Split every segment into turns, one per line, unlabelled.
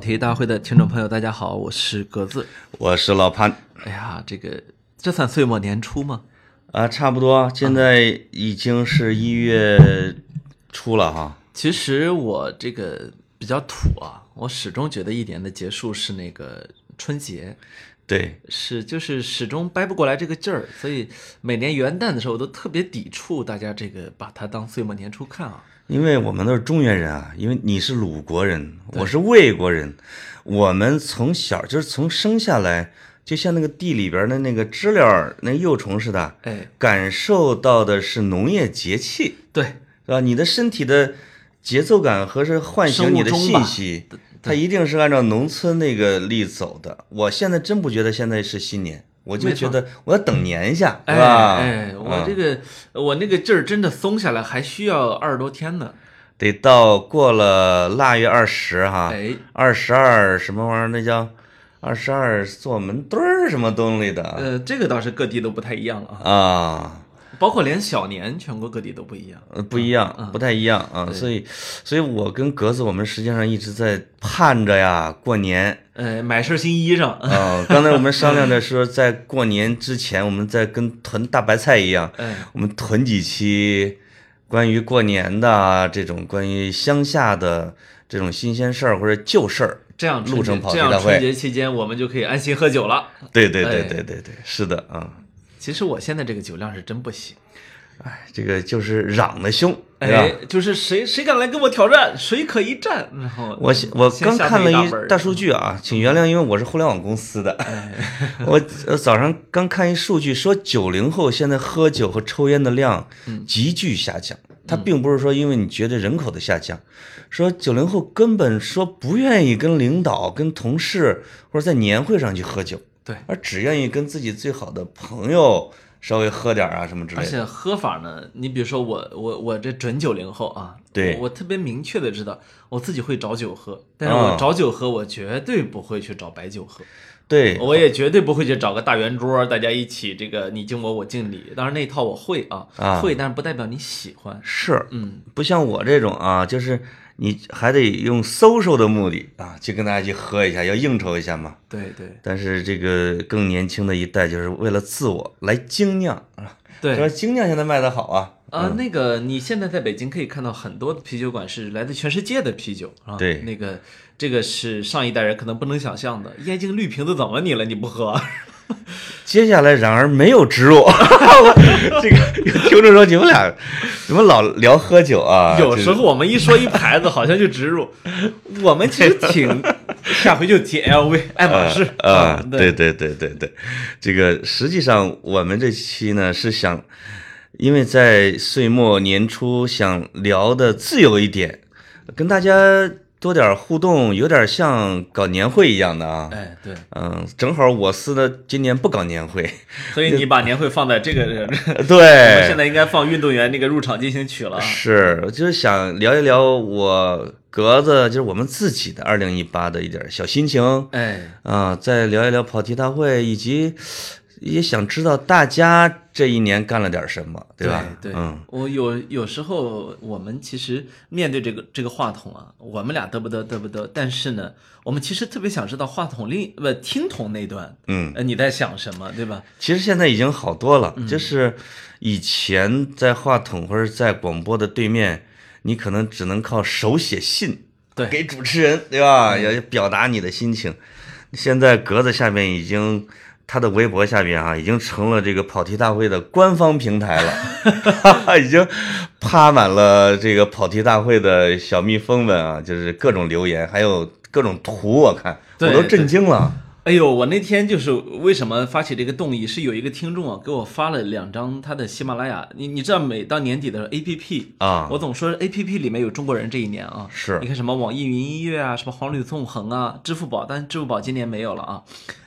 体育大会的听众朋友，大家好，我是格子。
我是老潘
哎呀，这个这算岁末年初吗？
啊，差不多，现在已经是一月初了哈。
其实我这个比较土啊，我始终觉得一年的结束是那个春节，
对，
是就是始终掰不过来这个劲儿，所以每年元旦的时候我都特别抵触大家这个把它当岁末年初看啊。
因为我们都是中原人啊，因为你是鲁国人，我是魏国人，我们从小就是从生下来，就像那个地里边的那个知了儿那幼虫似的，
哎，
感受到的是农业节气，
对，
是吧？你的身体的节奏感和是唤醒你的
生物钟吧
信息，它一定是按照农村那个力走的。我现在真不觉得现在是新年，我就
没错
觉得我要等年一下，
哎
是吧？
哎，我
嗯
这个、我那个劲儿真的松下来，还需要二十多天呢。
得到过了腊月二十哈，
哎，
二十二什么玩意儿？那叫二十二坐门墩儿什么东西的、
呃，这个倒是各地都不太一样了啊，
啊？
包括连小年全国各地都不一样。
呃，不一
嗯
样，不太一样啊，所以，所以我跟格子，我们实际上一直在盼着呀，过年，
呃，买身新衣 裳，
啊、刚才我们商量着说，在过年之前，我们再跟囤大白菜一样，
哎，
我们囤几期关于过年的啊这种关于乡下的这种新鲜事儿或者旧事儿。
这样
路
春节
程跑
这
题大
样
会
春节期间我们就可以安心喝酒了。
对对对
哎
对对对，是的啊，
其实我现在这个酒量是真不行，
哎，这个就是嚷的凶，是吧？
哎，就是谁谁敢来跟我挑战，谁可一战。然后
我我
先
刚
下
看
他
了
一大
一
本儿
大数据啊，请原谅，因为我是互联网公司的。
哎
我呃早上刚看一数据，说九零后现在喝酒和抽烟的量急剧下降。它并不是说因为你觉得人口的下降，说九零后根本说不愿意跟领导、跟同事或者在年会上去喝酒，
对，
而只愿意跟自己最好的朋友稍微喝点儿啊什么之类
而
的。
且喝法呢，你比如说我我我这准九零后啊，
对
我我特别明确的知道我自己会找酒喝，但是我
啊
找酒喝，我绝对不会去找白酒喝。
对，
我也绝对不会去找个大圆桌，大家一起这个你敬我我敬你。当然那一套我会啊，
啊
会，但是不代表你喜欢。
是，
嗯，
不像我这种啊，就是你还得用 social 的目的啊，去跟大家去喝一下，要应酬一下嘛。
对对
但是这个更年轻的一代，就是为了自我来精酿啊。说
对
精酿现在卖的好啊。
啊，那个你现在在北京可以看到很多啤酒馆是来自全世界的啤酒啊。
对
那个这个是上一代人可能不能想象的，燕京绿瓶子怎么你了？你不喝？
接下来然而没有植入， 我这个有听众说你们俩怎么老聊喝酒啊？
有
就是
时候我们一说一牌子，好像就植入。我们其实挺，下回就哎提 LV、爱马仕
啊，
嗯
对对对对对，这个实际上我们这期呢是想，因为在岁末年初想聊的自由一点，跟大家多点互动，有点像搞年会一样的啊。
哎对，
嗯，正好我司呢今年不搞年会，
所以你把年会放在这个。呃我现
对，
在应该放运动员那个入场进行曲
啊
了。
是，我就是想聊一聊我格子，就是我们自己的二零一八的一点小心情，
哎，
啊，再聊一聊跑题大会，以及也想知道大家这一年干了点什么，吧？
对，
嗯，
我有有时候我们其实面对这个这个话筒啊，我们俩嘚不嘚嘚不嘚，但是呢，我们其实特别想知道话筒另不听筒那端，
嗯，
呃，你在想什么，对吧？
其实现在已经好多了，就是以前在话筒或者在广播的对面，你可能只能靠手写信
对
给主持人，对吧？
嗯
要表达你的心情。现在格子下面已经。他的微博下边啊，已经成了这个跑题大会的官方平台 了， 已经趴满了这个跑题大会的小蜜蜂们啊，就是各种留言，还有各种图，我看我
对
都震惊了。
哎呦，我那天就是为什么发起这个动议，是有一个听众啊给我发了两张他的喜马拉雅，你你知道每到年底的时候 A P P
啊
我总说 A P P 里面有中国人这一年啊，
是
你看什么网易云音乐啊，什么黄旅纵横啊，支付宝，但是支付宝今年没有了啊，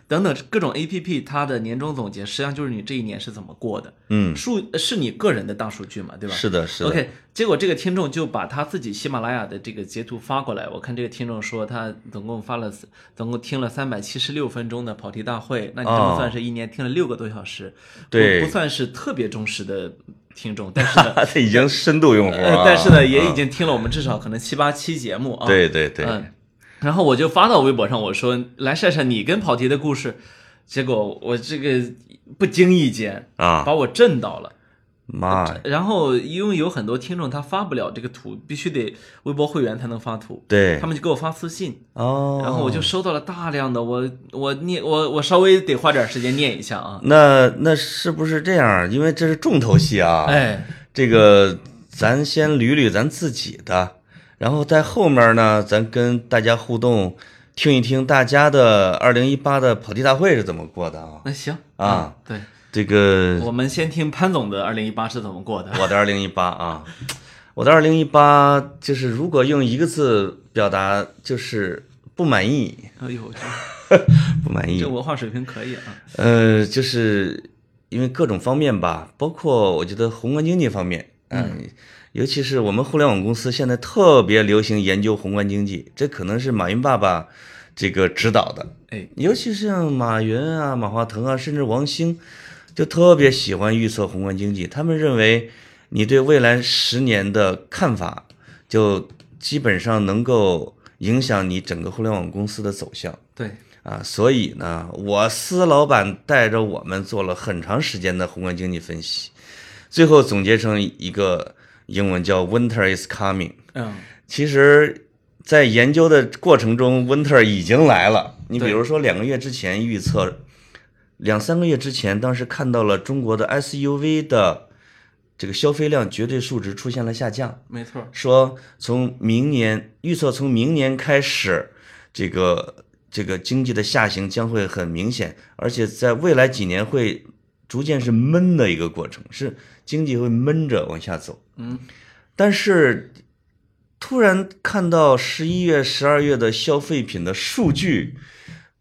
等等各种 A P P 它的年终总结，实际上就是你这一年是怎么过的，
嗯，
数呃是你个人的大数据嘛，对吧？
是的，是的。
OK，结果这个听众就把他自己喜马拉雅的这个截图发过来，我看这个听众说他总共发了，总共听了三百七十六分钟的跑题大会，那你这么
哦
算是一年听了六个多小时，
对
不不算是特别忠实的听众，但是 呢， 呃
他已经深度用户了、
呃但是呢，也已经听了我们至少可能七八期节目啊。
对对对，
嗯，然后我就发到微博上，我说来晒晒你跟跑题的故事。结果我这个不经意间
啊，
把我震到了。
妈呀，
然后因为有很多听众他发不了这个图，必须得微博会员才能发图，
对
他，们就给我发私信，
哦，
然后我就收到了大量的我我念我我稍微得花点时间念一下啊。
那那是不是这样？因为这是重头 戏啊，
哎，
这个咱先捋捋咱自己的，然后在后面呢，咱跟大家互动，听一听大家的二零一八的跑题大会是怎么过的啊？
那行嗯
啊，
对，
这个
我们先听潘总的二零一八是怎么 过的。
我的二零一八啊，我的二零一八就是如果用一个字表达，就是不满意，
哎呦，这
不满意
这。文化水平可以啊。
呃，就是因为各种方面吧，包括我觉得宏观经济方面，嗯，尤其是我们互联网公司现在特别流行研究宏观经济，这可能是马云爸爸这个指导的，
哎，
尤其是像马云啊、马化腾啊，甚至王兴，就特别喜欢预测宏观经济。他们认为，你对未来十年的看法，就基本上能够影响你整个互联网公司的走向。
对，
啊，所以呢，我司老板带着我们做了很长时间的宏观经济分析，最后总结成一个英文叫 “Winter is coming”。
嗯，
其实，在研究的过程中，Winter 已经来了。你比
对
如说，两个月之前预测，两三个月之前，当时看到了中国的 SUV 的这个消费量绝对数值出现了下降。
没错儿。
说从明年预测从明年开始，这个这个经济的下行将会很明显，而且在未来几年会逐渐是闷的一个过程，是经济会闷着往下走。
嗯，
但是突然看到十一月、十二月的消费品的数据。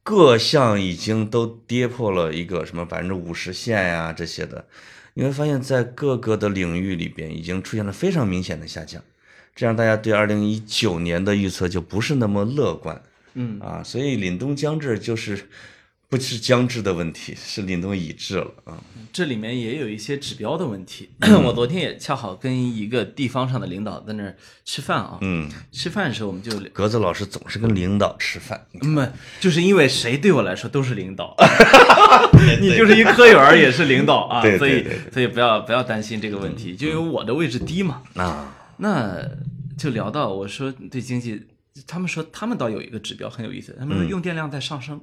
各项已经都跌破了一个什么百分之五十线呀、这些的，你会发现在各个的领域里边已经出现了非常明显的下降，这样大家对二零一九年的预测就不是那么乐观
嗯，
啊。所以凛冬将至就是不是将至的问题，是凛冬已至了啊。
这里面也有一些指标的问题。
嗯
我昨天也恰好跟一个地方上的领导在那儿吃饭啊，
嗯，
吃饭的时候我们就聊
格子老师总是跟领导吃饭，
嗯，就是因为谁对我来说都是领 导，你就是一科员儿也是领导啊，
对对
所以
对嗯
所以不要不要担心这个问题，就因为我的位置低嘛。
啊，
那就聊到我说对经济，他们说他们倒有一个指标很有意思，他们说用电量在上升。
嗯哎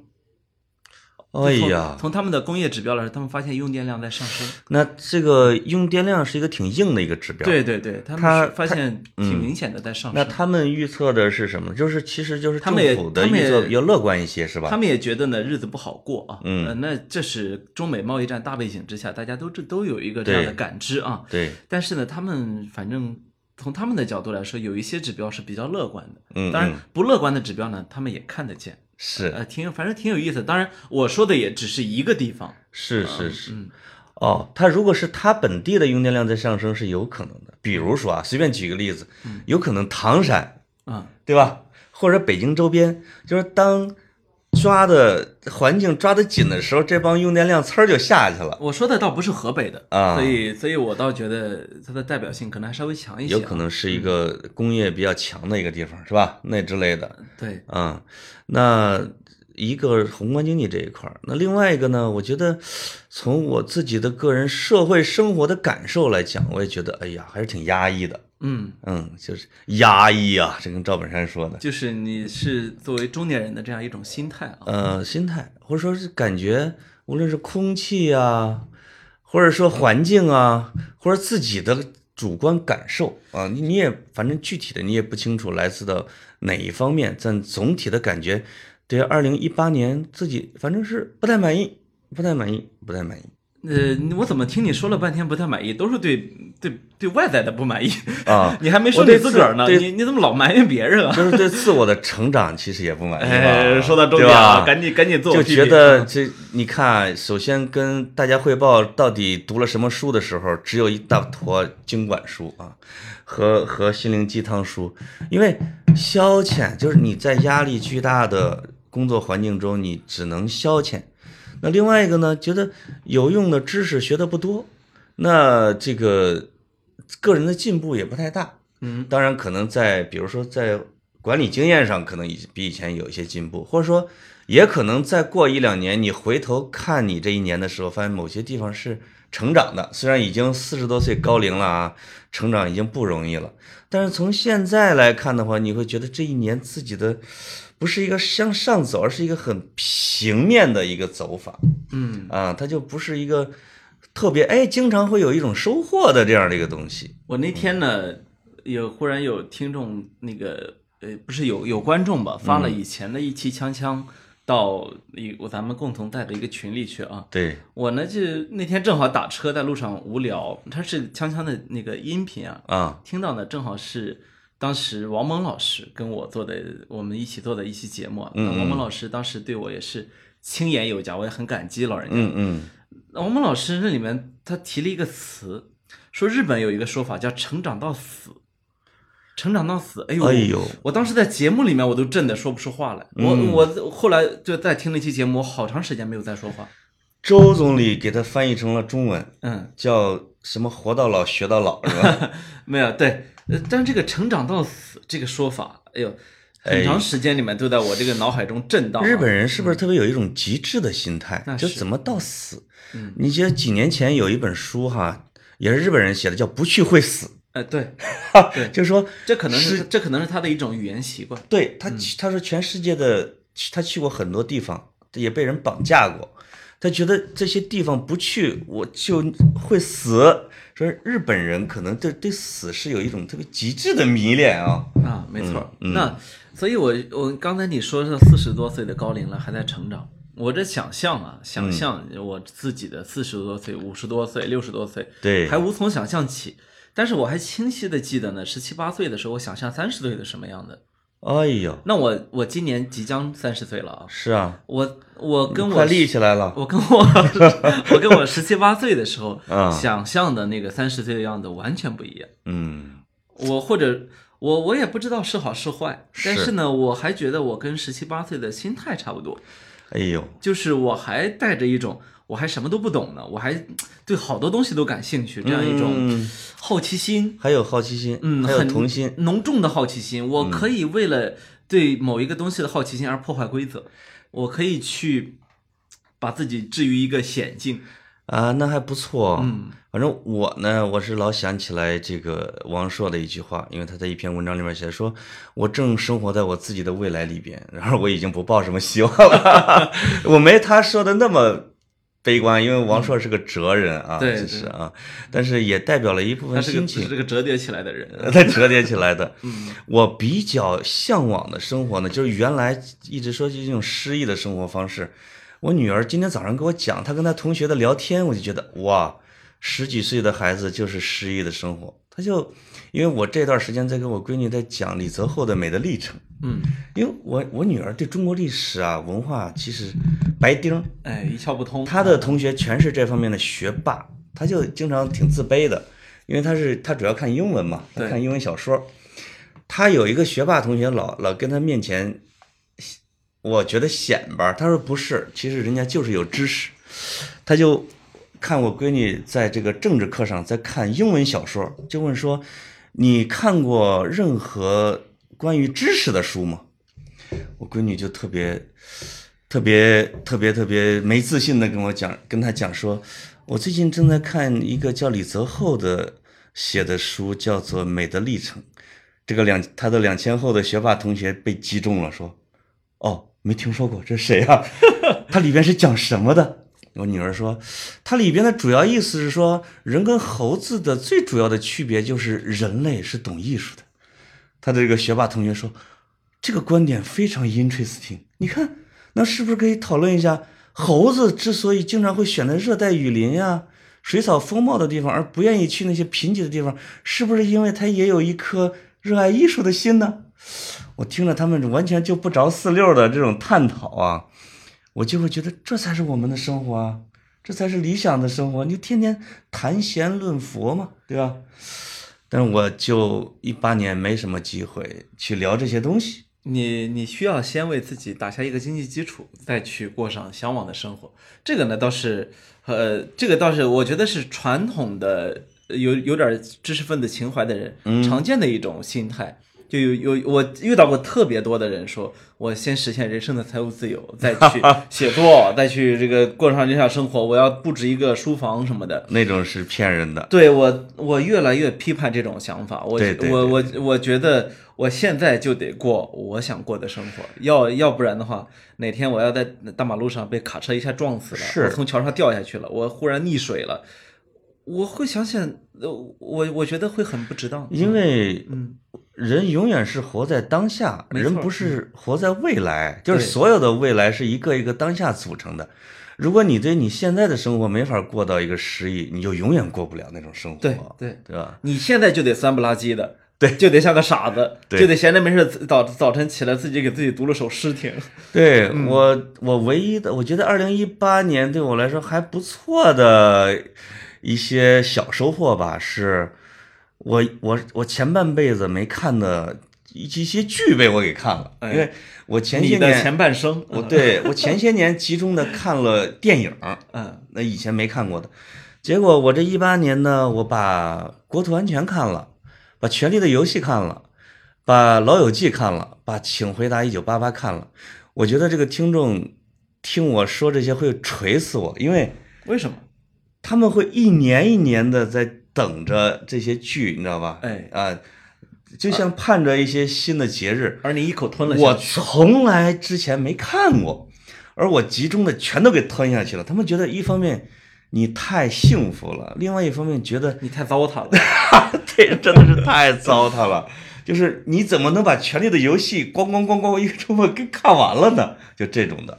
从
呀，
从他们的工业指标来说，他们发现用电量在上升。
那这个用电量是一个挺硬的一个指标。
对对对，他
他嗯
们是发现挺明显的在上
那
升。
他们预测的是什么？就是其实就是
他
政
们也
府的
他们
预测
也
比较乐观一些，是
他
吧？
们也觉得呢日子不好过啊。
嗯
呃那这是中美贸易战大背景之下，大家都这都有一个这样的
对
感知啊。
对，
但是呢，他们反正从他们的角度来说，有一些指标是比较乐观的。
嗯，
当然
嗯，
不乐观的指标呢，他们也看得见，
是
呃，挺反正挺有意思。当然，我说的也只是一个地方，
是是是
嗯，
哦，它如果是它本地的用电量在上升是有可能的，比如说啊，随便举个例子，
嗯
有可能唐山，
啊、
对吧？或者北京周边，就是当抓的环境抓得紧的时候，这帮用电量呲儿就下去了，
我说的倒不是河北的
啊
所以所以我倒觉得它的代表性可能还稍微强一些啊，
有可能是一个工业比较强的一个地方，是吧？那之类的，
对，
啊、那一个宏观经济这一块儿，那另外一个呢，我觉得从我自己的个人社会生活的感受来讲，我也觉得，哎呀，还是挺压抑的。
嗯，
嗯，就是压抑啊，这跟赵本山说的，
就是你是作为中年人的这样一种心态啊，
呃，心态或者说是感觉，无论是空气啊，或者说环境啊，或者自己的主观感受啊，你你也反正具体的你也不清楚来自的哪一方面，但总体的感觉对二零一八年自己反正是不太满意，不太满意，不太满意。
呃，我怎么听你说了半天不太满意，都是对对对外在的不满意
啊
你还没说
我对
你自个儿呢，
自对
你你怎么老埋怨别人啊？
就是对自我的成长其实也不满意吧。
哎，说到重
对
点
吧
了，赶紧赶紧做。
就觉得这，你看，首先跟大家汇报到底读了什么书的时候，只有一大坨经管书啊，和和心灵鸡汤书，因为消遣就是你在压力巨大的工作环境中，你只能消遣。那另外一个呢，觉得有用的知识学的不多，那这个个人的进步也不太大。
嗯，
当然可能在比如说在管理经验上可能以比以前有一些进步，或者说也可能再过一两年，你回头看你这一年的时候，发现某些地方是成长的。虽然已经四十多岁高龄了啊，成长已经不容易了，但是从现在来看的话，你会觉得这一年自己的不是一个向上走，而是一个很平面的一个走法
嗯
啊，它就不是一个特别哎，经常会有一种收获的这样的一个东西。
我那天呢，有忽然有听众那个呃，不是有有观众吧，
嗯
发了以前的一期锵锵到一我咱们共同带的一个群里去啊。
对，
我呢就那天正好打车在路上无聊，他是锵锵的那个音频啊，
啊，
听到的正好是当时王蒙老师跟我做的，我们一起做的一期节目啊。
嗯嗯
王蒙老师当时对我也是青眼有加，我也很感激老人家。
嗯嗯，
王蒙老师那里面他提了一个词，说日本有一个说法叫“成长到死”，成长到死。哎呦，
哎呦，
我当时在节目里面我都震得说不出话来。
嗯
我我后来就在听那期节目，我好长时间没有再说话。
周总理给它翻译成了中文。
嗯，
叫什么“活到老学到老”是吧？
没有对，呃但是这个“成长到死”这个说法，哎呦，
哎
很长时间里面都在我这个脑海中震荡啊、
日本人是不是特别有一种极致的心态
那，
嗯就是怎么到死
嗯？
你记得几年前有一本书哈，也是日本人写的，叫《不去会死
呃，对，》，
就是说
这可能是这可能是他的一种语言习惯。
对他去，他说全世界的他去过很多地方，也被人绑架过。他觉得这些地方不去我就会死。说日本人可能对对死是有一种特别极致的迷恋啊。
啊，没错。
嗯嗯
那所以我，我刚才你说是四十多岁的高龄了还在成长，我这想象啊，
嗯
想象我自己的四十多岁、五十多岁、六十多岁，
对
还，无从想象起。但是我还清晰的记得呢，十七八岁的时候，我想象三十岁的什么样子。
哎呦，
那我我今年即将三十岁了啊，
是啊，
我我跟
快
我
立起来了。
我跟我 我跟我十七八岁的时候、
啊
想象的那个三十岁的样子完全不一样。
嗯，
我或者我我也不知道是好是坏，
是
但是呢，我还觉得我跟十七八岁的心态差不多，
哎呦，
就是我还带着一种我还什么都不懂呢，我还对好多东西都感兴趣这样一种
嗯
好奇心，
还有好奇心，
嗯，
还有
很
童心，
浓重的好奇心，
嗯
我可以为了对某一个东西的好奇心而破坏规则，我可以去把自己置于一个险境，
啊，那还不错。
嗯，
反正我呢，我是老想起来这个王朔的一句话，因为他在一篇文章里面写说，我正生活在我自己的未来里边，然后我已经不抱什么希望 了，我没他说的那么。悲观，因为王朔是个哲人啊，
嗯对
这是啊，但是也代表了一部
他
分
是个
心
是
情，
个折叠起来的人，
它折叠起来的。
嗯
我比较向往的生活呢，就是原来一直说就是这种诗意的生活方式。我女儿今天早上跟我讲，她跟她同学的聊天，我就觉得哇，十几岁的孩子就是诗意的生活。她就因为我这段时间在跟我闺女在讲李泽厚的《美的历程》，
嗯，
因为我我女儿对中国历史啊文化其实白丁儿，
哎，一窍不通，
他的同学全是这方面的学霸，他就经常挺自卑的，因为他是他主要看英文嘛，他
对
看英文小说。他有一个学霸同学老老跟他面前，我觉得显摆，他说不是，其实人家就是有知识。他就看我闺女在这个政治课上在看英文小说，就问说：“你看过任何关于知识的书吗？”我闺女就特别特别特别特别没自信的跟我讲，跟他讲说，我最近正在看一个叫李泽厚的写的书，叫做《美的历程》。这个两他的两千后的学霸同学被击中了，说：“哦，没听说过，这是谁啊？ 它里边是讲什么的？”我女儿说，它里边的主要意思是说，人跟猴子的最主要的区别就是人类是懂艺术的。他的这个学霸同学说，这个观点非常 interesting。你看，那是不是可以讨论一下，猴子之所以经常会选择热带雨林呀、水草丰茂的地方，而不愿意去那些贫瘠的地方，是不是因为它也有一颗热爱艺术的心呢？我听着他们完全就不着四六的这种探讨啊，我就会觉得这才是我们的生活啊，这才是理想的生活。你就天天谈贤论佛嘛，对吧？但我就一八年没什么机会去聊这些东西。
你你需要先为自己打下一个经济基础，再去过上向往的生活。这个呢，倒是，呃，这个倒是，我觉得是传统的呃有有点知识分子情怀的人、常见的一种心态。就有有我遇到过特别多的人说，我先实现人生的财务自由，再去写作，再去这个过上理想生活，我要布置一个书房什么的。
那种是骗人的。
对我，我越来越批判这种想法。我
对对
我我我觉得我现在就得过我想过的生活，要要不然的话，哪天我要在大马路上被卡车一下撞死了，
是
我从桥上掉下去了，我忽然溺水了，我会想想，呃我我觉得会很不值当。
因为
嗯
人永远是活在当下，
没错嗯
人不是活在未来，就是
对
所有的未来是一个一个当下组成的。如果你对你现在的生活没法过到一个十亿，你就永远过不了那种生活，
对对，
对吧？
你现在就得三不拉几的。对，就得像个傻子，
对
就得闲着没事自早早晨起来自己给自己读了首诗听。
对、
嗯
我，我唯一的，我觉得二零一八年对我来说还不错的一些小收获吧，是我我我前半辈子没看的一一些剧被我给看了，
哎
因为我前
你
些
的
年
前半生，
我对我前些年集中的看了电影儿，
嗯
那以前没看过的。结果我这一八年呢，我把《国土安全》看了，把《权力的游戏》看了，把《老友记》看了，把《请回答一九八八》看了。我觉得这个听众听我说这些会锤死我，因为
为什么？
他们会一年一年的在等着这些剧，你知道吧？
哎
啊，就像盼着一些新的节日。
而你一口吞了
我
下去。
从来之前没看过，而我集中的全都给吞下去了。他们觉得一方面你太幸福了，另外一方面觉 得
你太糟蹋了。
这真的是太糟蹋了。 就是你怎么能把《权力的游戏》咣咣咣咣一个周末给看完了呢？就这种的，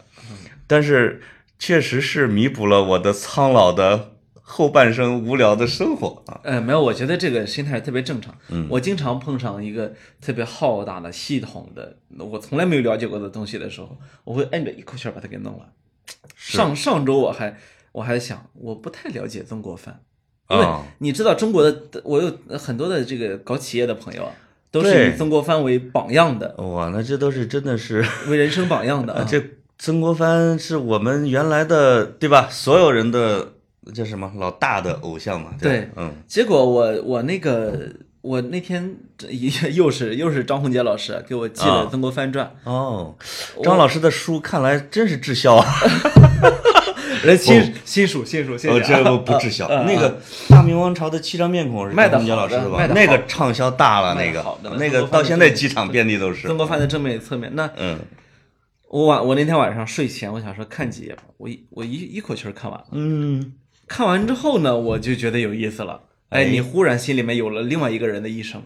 但是确实是弥补了我的苍老的后半生无聊的生活 啊。
呃，没有，我觉得这个心态特别正常。嗯，我经常碰上一个特别浩大的系统的，我从来没有了解过的东西的时候，我会摁着一口气儿把它给弄完。上上周我还我还想，我不太了解中国饭，因为
啊
你知道中国的，我有很多的这个搞企业的朋友啊，都是
对
以中国饭为榜样的，
哇，那这都是真的是。
为人生榜样的
啊，
啊。
这曾国藩是我们原来的，对吧？所有人的叫什么老大的偶像嘛？吧
对
嗯，
结果我我那个我那天这又是又是张宏杰老师啊给我寄了
啊
《曾国藩传
哦，张老师的书看来真是滞销啊！》，
人新新呃属新属，谢
哦，
谢啊。
这 个不滞销，
啊啊
那个《大明王朝的七张面孔》是
卖得
张杰老师
好的
吧
卖？得
那
好
个畅销大了，那
卖得
个
好的
那
曾
个
国藩
到
的
现在
真的
机场遍地都是
曾。国藩的正面与侧面。那
嗯
我晚我那天晚上睡前，我想说看几页吧，我一我一一口气儿看完了。
嗯，
看完之后呢，我就觉得有意思了。哎，
哎
你忽然心里面有了另外一个人的一生。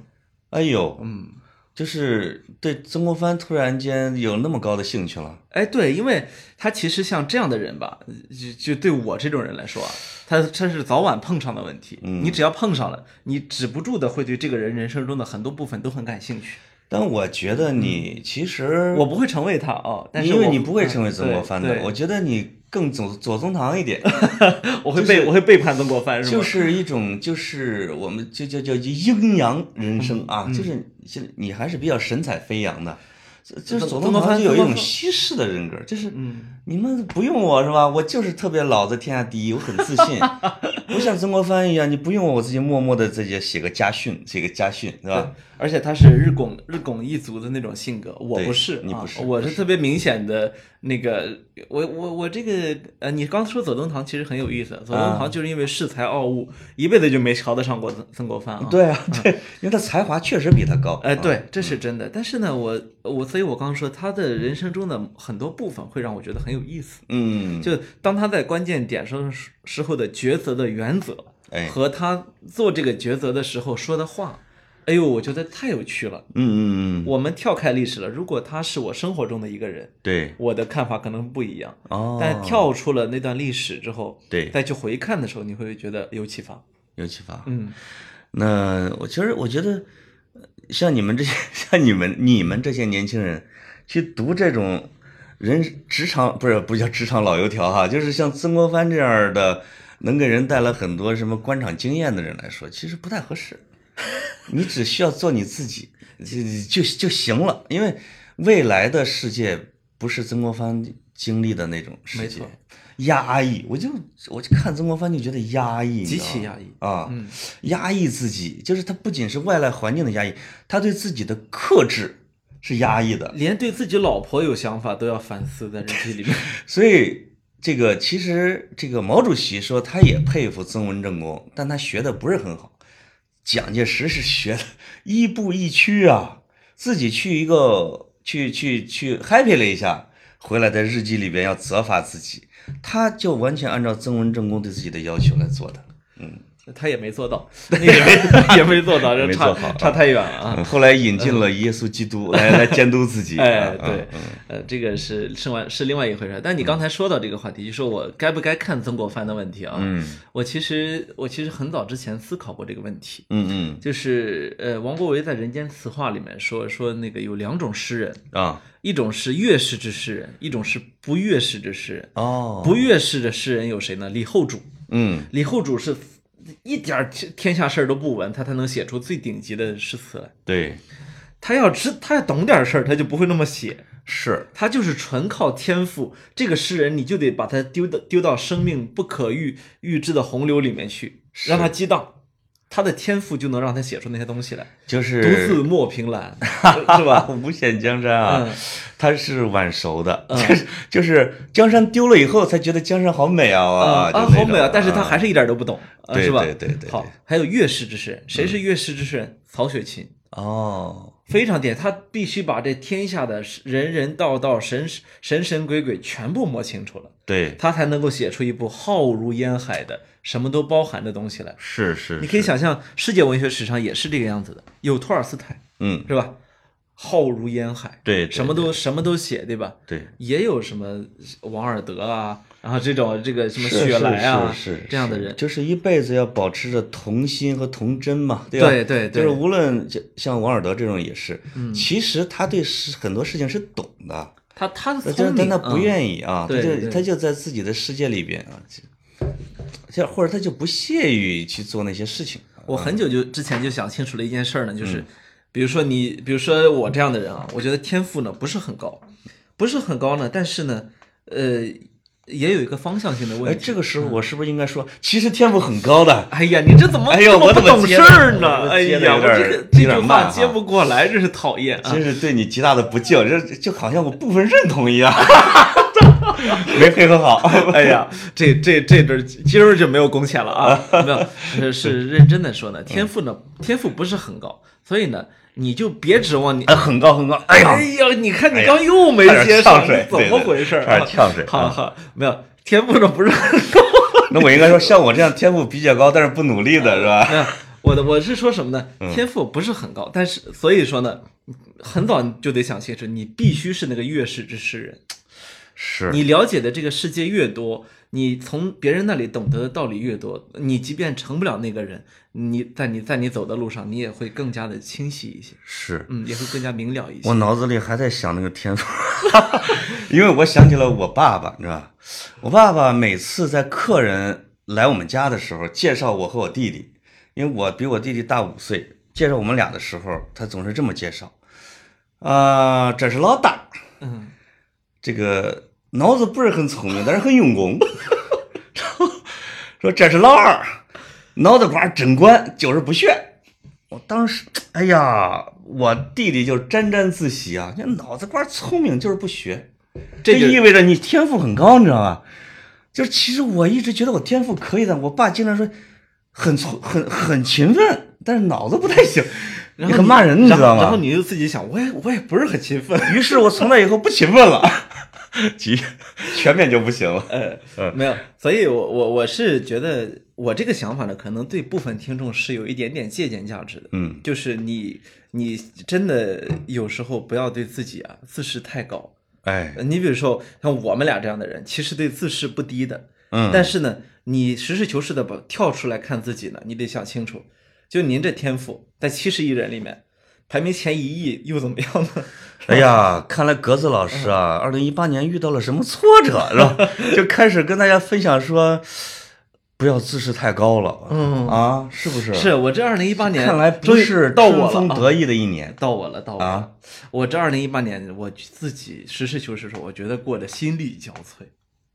哎呦，
嗯，
就是对曾国藩突然间有那么高的兴趣了。
哎，对，因为他其实像这样的人吧，就就对我这种人来说啊，他他是早晚碰上的问题。
嗯
你只要碰上了，你止不住的会对这个人人生中的很多部分都很感兴趣。
但我觉得你
嗯
其实
我不会成为他啊，但是
因为
我
你不会成为曾国藩
对
的，
对
我觉得你更左左宗棠一点，
我会背、我会背叛曾国藩是吗？
就是一种就是我们就就叫阴阳人
嗯
生啊，就是现你还是比较神采飞扬的，就就是左宗
曾国
棠
藩
就有
曾
一种
国藩
西式的人格，就是
嗯。
你们不用我是吧？我就是特别老子天下第一，我很自 信，不像曾国藩一样，你不用我，我自己默默的自己写个家训，写个家训，是吧？
而且他是日拱日拱一族的那种性格，我
对
不是，
你
啊
不是
我是特别明显的那个，我我我这个呃，你刚说左宗棠其实很有意
啊
思，左宗棠就是因为恃才傲物，一辈子就没瞧得上过曾曾国藩啊。，
对啊，对，因为他才华确实比他高，
哎，
啊，
对，这是真的。但是呢，我我所以，我刚刚说他的人生中的很多部分会让我觉得很有意思，
嗯，
就当他在关键点上时时候的抉择的原则
哎，
和他做这个抉择的时候说的话，哎呦，我觉得太有趣了。
嗯嗯嗯，
我们跳开历史了，如果他是我生活中的一个人，
对，
我的看法可能不一样。
哦，
但跳出了那段历史之后，
对
再去回看的时候，你会觉得有启发。
有启发。
嗯，
那我其实我觉得，呃像你们这些， 像你们你们这些年轻人去读这种人职场不是不叫职场老油条哈，就是像曾国藩这样的，能给人带来很多什么官场经验的人来说，其实不太合适。你只需要做你自己就就就行了，因为未来的世界不是曾国藩经历的那种世
没
界
错。
压抑，我就我就看曾国藩就觉得压抑，
极其压抑
啊，
嗯
压抑自己，就是他不仅是外来环境的压抑，他对自己的克制是压抑的，
连对自己老婆有想法都要反思在日记里 面。
所以这个其实这个毛主席说他也佩服曾文正公，但他学的不是很好。蒋介石是学的亦步亦趋啊，自己去一个去去去 happy 了一下，回来在日记里边要责罚自己，他就完全按照曾文正公对自己的要求来做的。嗯，
他也没做到，那个 也没做到，这
没
差
做好
差太远了啊。
后来引进了耶稣基督来来监督自己。
哎，
啊
对，呃，这个是是完是另外一回事儿。但你刚才说到这个话题，就说我该不该看曾国藩的问题啊？
嗯
我其实我其实很早之前思考过这个问题，
嗯
就是呃，王国维在《人间词话》里面说说那个有两种诗人，
嗯啊
一种是乐师之诗人，一种是不乐师之诗人。
哦
不乐师的诗人有谁呢？李后主，
嗯
李后主是一点儿天天下事儿都不闻，他才能写出最顶级的诗词来。
对
他要知他要懂点儿事儿，他就不会那么写。
是
他就是纯靠天赋。这个诗人，你就得把他丢到丢到生命不可预预知的洪流里面去，让他激荡。他的天赋就能让他写出那些东西来，
就是
独自 莫凭栏，是吧？
五险江山啊
嗯，
他是晚熟的，就是就是江山丢了以后才觉得江山好美啊
啊
就
啊，
那
好美啊！
种
但是他还是一点都不懂，啊
对
是吧？
对对对嗯对
好，还有乐师之士，谁是乐师之士？曹雪芹，
哦，
非常点，他必须把这天下的人人道道、神神神鬼鬼全部摸清楚了，
对，
他才能够写出一部浩如烟海的、什么都包含的东西来。
是是，
你可以
是，
想象，世界文学史上也是这个样子的，有托尔斯泰
嗯，
是吧？浩如烟海，
对对
什么都什么都写，对吧？
对，
也有什么王尔德啊，然后这种这个什么
是
雪莱啊，
是是是
这样的人，
就是一辈子要保持着童心和童真嘛，对吧？
对对
就
对嗯
是无论就像王尔德这种也是，其实他对事很多事情是懂的，
他他
但是
聪
但
明，
他不
意，
愿意啊，他
对
就
对
他就在自己的世界里边啊，就就或者他就不屑于去做那些事情。啊
我很久就之前就想清楚了一件事儿呢，就是，比如说你，比如说我这样的人啊，我觉得天赋呢不是很高，不是很高呢，但是呢，呃，也有一个方向性的
哎，
问题。
这个时候我是不是应该说，其实天赋很高的？
哎呀，你这怎么
哎呦
这
我
不
怎么
懂
接
事
的
儿呢？
我
哎
接的
呀，我
有点
这个
儿
这
有
句
点
话
慢
接
哈
不过来，真是讨厌啊！
真是对你极大的不敬，这就好像我部分认同一样，没配合好。哎
哎
呀
呀，，这这这阵儿今儿就没有工钱了啊！ 没有，是是认真的说呢，天赋呢，天赋不是很高，所以呢，你就别指望你
哎，很高很高。哎呀，
你看你刚又没接上，你
差点呛水
怎么回事儿、啊
对对对差点呛水
好好，没有天赋呢，不是很 高。
那我应该说，像我这样天赋比较高，但是不努力的是吧？
没有，我的我是说什么呢？天赋不是很高，但是所以说呢，很早你就得想清楚，你必须是那个乐视之诗人。
是
你了解的这个世界越多，你从别人那里懂得的道理越多，你即便成不了那个人，你在你在你走的路上，你也会更加的清晰一些，
是，
嗯，也会更加明了一些
我。脑子里还在想那个天赋， 因为我想起了我爸爸，你知道吧？我爸爸每次在客人来我们家的时候，介绍我和我弟弟，因为我比我弟弟大五岁，介绍我们俩的时候，他总是这么介绍，啊、这是老大，
嗯，
这个脑子不是很聪明，但是很用功。 说这是老二，脑子瓜真管，就是不学。我当时，哎呀，我弟弟就沾沾自喜啊，这脑子瓜聪明就是不学，这
这就
意味着你天赋很高，你知道吧？就是其实我一直觉得我天赋可以的，我爸经常说很聪很很勤奋，但是脑子不太行，
然
你
后
很骂人，你知
然后
道吗？
然后你就自己想，我也我也不是很勤奋。
于是我从那以后不勤奋了， 急，全面就不行了。
呃
嗯，
没有，所以我我我是觉得我这个想法呢，可能对部分听众是有一点点借鉴价值的。
嗯，
就是你你真的有时候不要对自己啊自视太高。
哎，
你比如说像我们俩这样的人，其实对自视不低的，
嗯
但是呢，你实事求是的把跳出来看自己呢，你得想清楚，就您这天赋在七十亿人里面排名前一亿又怎么样呢？
哎呀，看来格子老师
嗯
啊，二零一八年遇到了什么挫折是吧？ 就开始跟大家分享说，不要自视太高了，
嗯
啊，是不是？，
是我这二零一八年，
看来不
终于
是
到我
春风
了啊。
得意的一年。
到我了，到我了！
啊
我这二零一八年，我自己实事求是说，我觉得过得心力交瘁。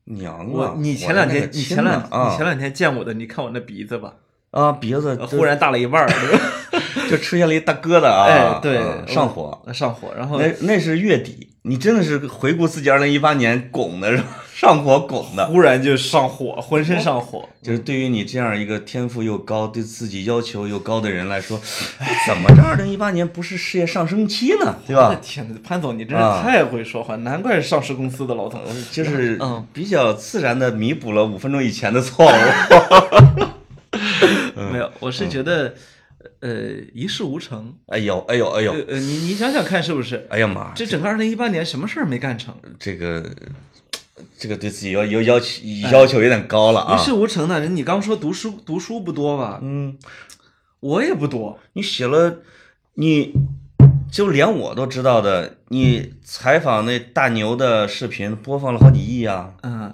娘啊
我！你前
我的
两
那
天
个
你
亲
前两
呐啊
你前两天见我的，你看我那鼻子吧，
啊鼻子
呃
就
忽然大了一半儿， 对吧
就出现了一大疙瘩啊！
哎对
啊
我
上火。
上火，然后
那那是月底，你真的是回顾自己二零一八年拱的是 吧？上火拱的，
忽然就上火，浑身上火。
就是对于你这样一个天赋又高、对自己要求又高的人来说，哎怎么这二零一八年不是事业上升期呢？对
我的
吧？
哎天呐，潘总你真是
啊
太会说话，难怪是上市公司的老总。
就是
嗯
比较自然的弥补了五分钟以前的错误。 嗯
没有，我是觉得，呃，一事无成。
哎呦，哎呦，哎
呃
呦，
呃，你你想想看是不是？
哎呀妈！
这整个二零一八年什么事儿没干成，
这个这个对自己要要要求要求有点高了
一
啊。
事无成呢？人你刚说读书读书不多吧？
嗯，
我也不多，
你写了，你就连我都知道的，你采访那大牛的视频播放了好几亿啊。
嗯，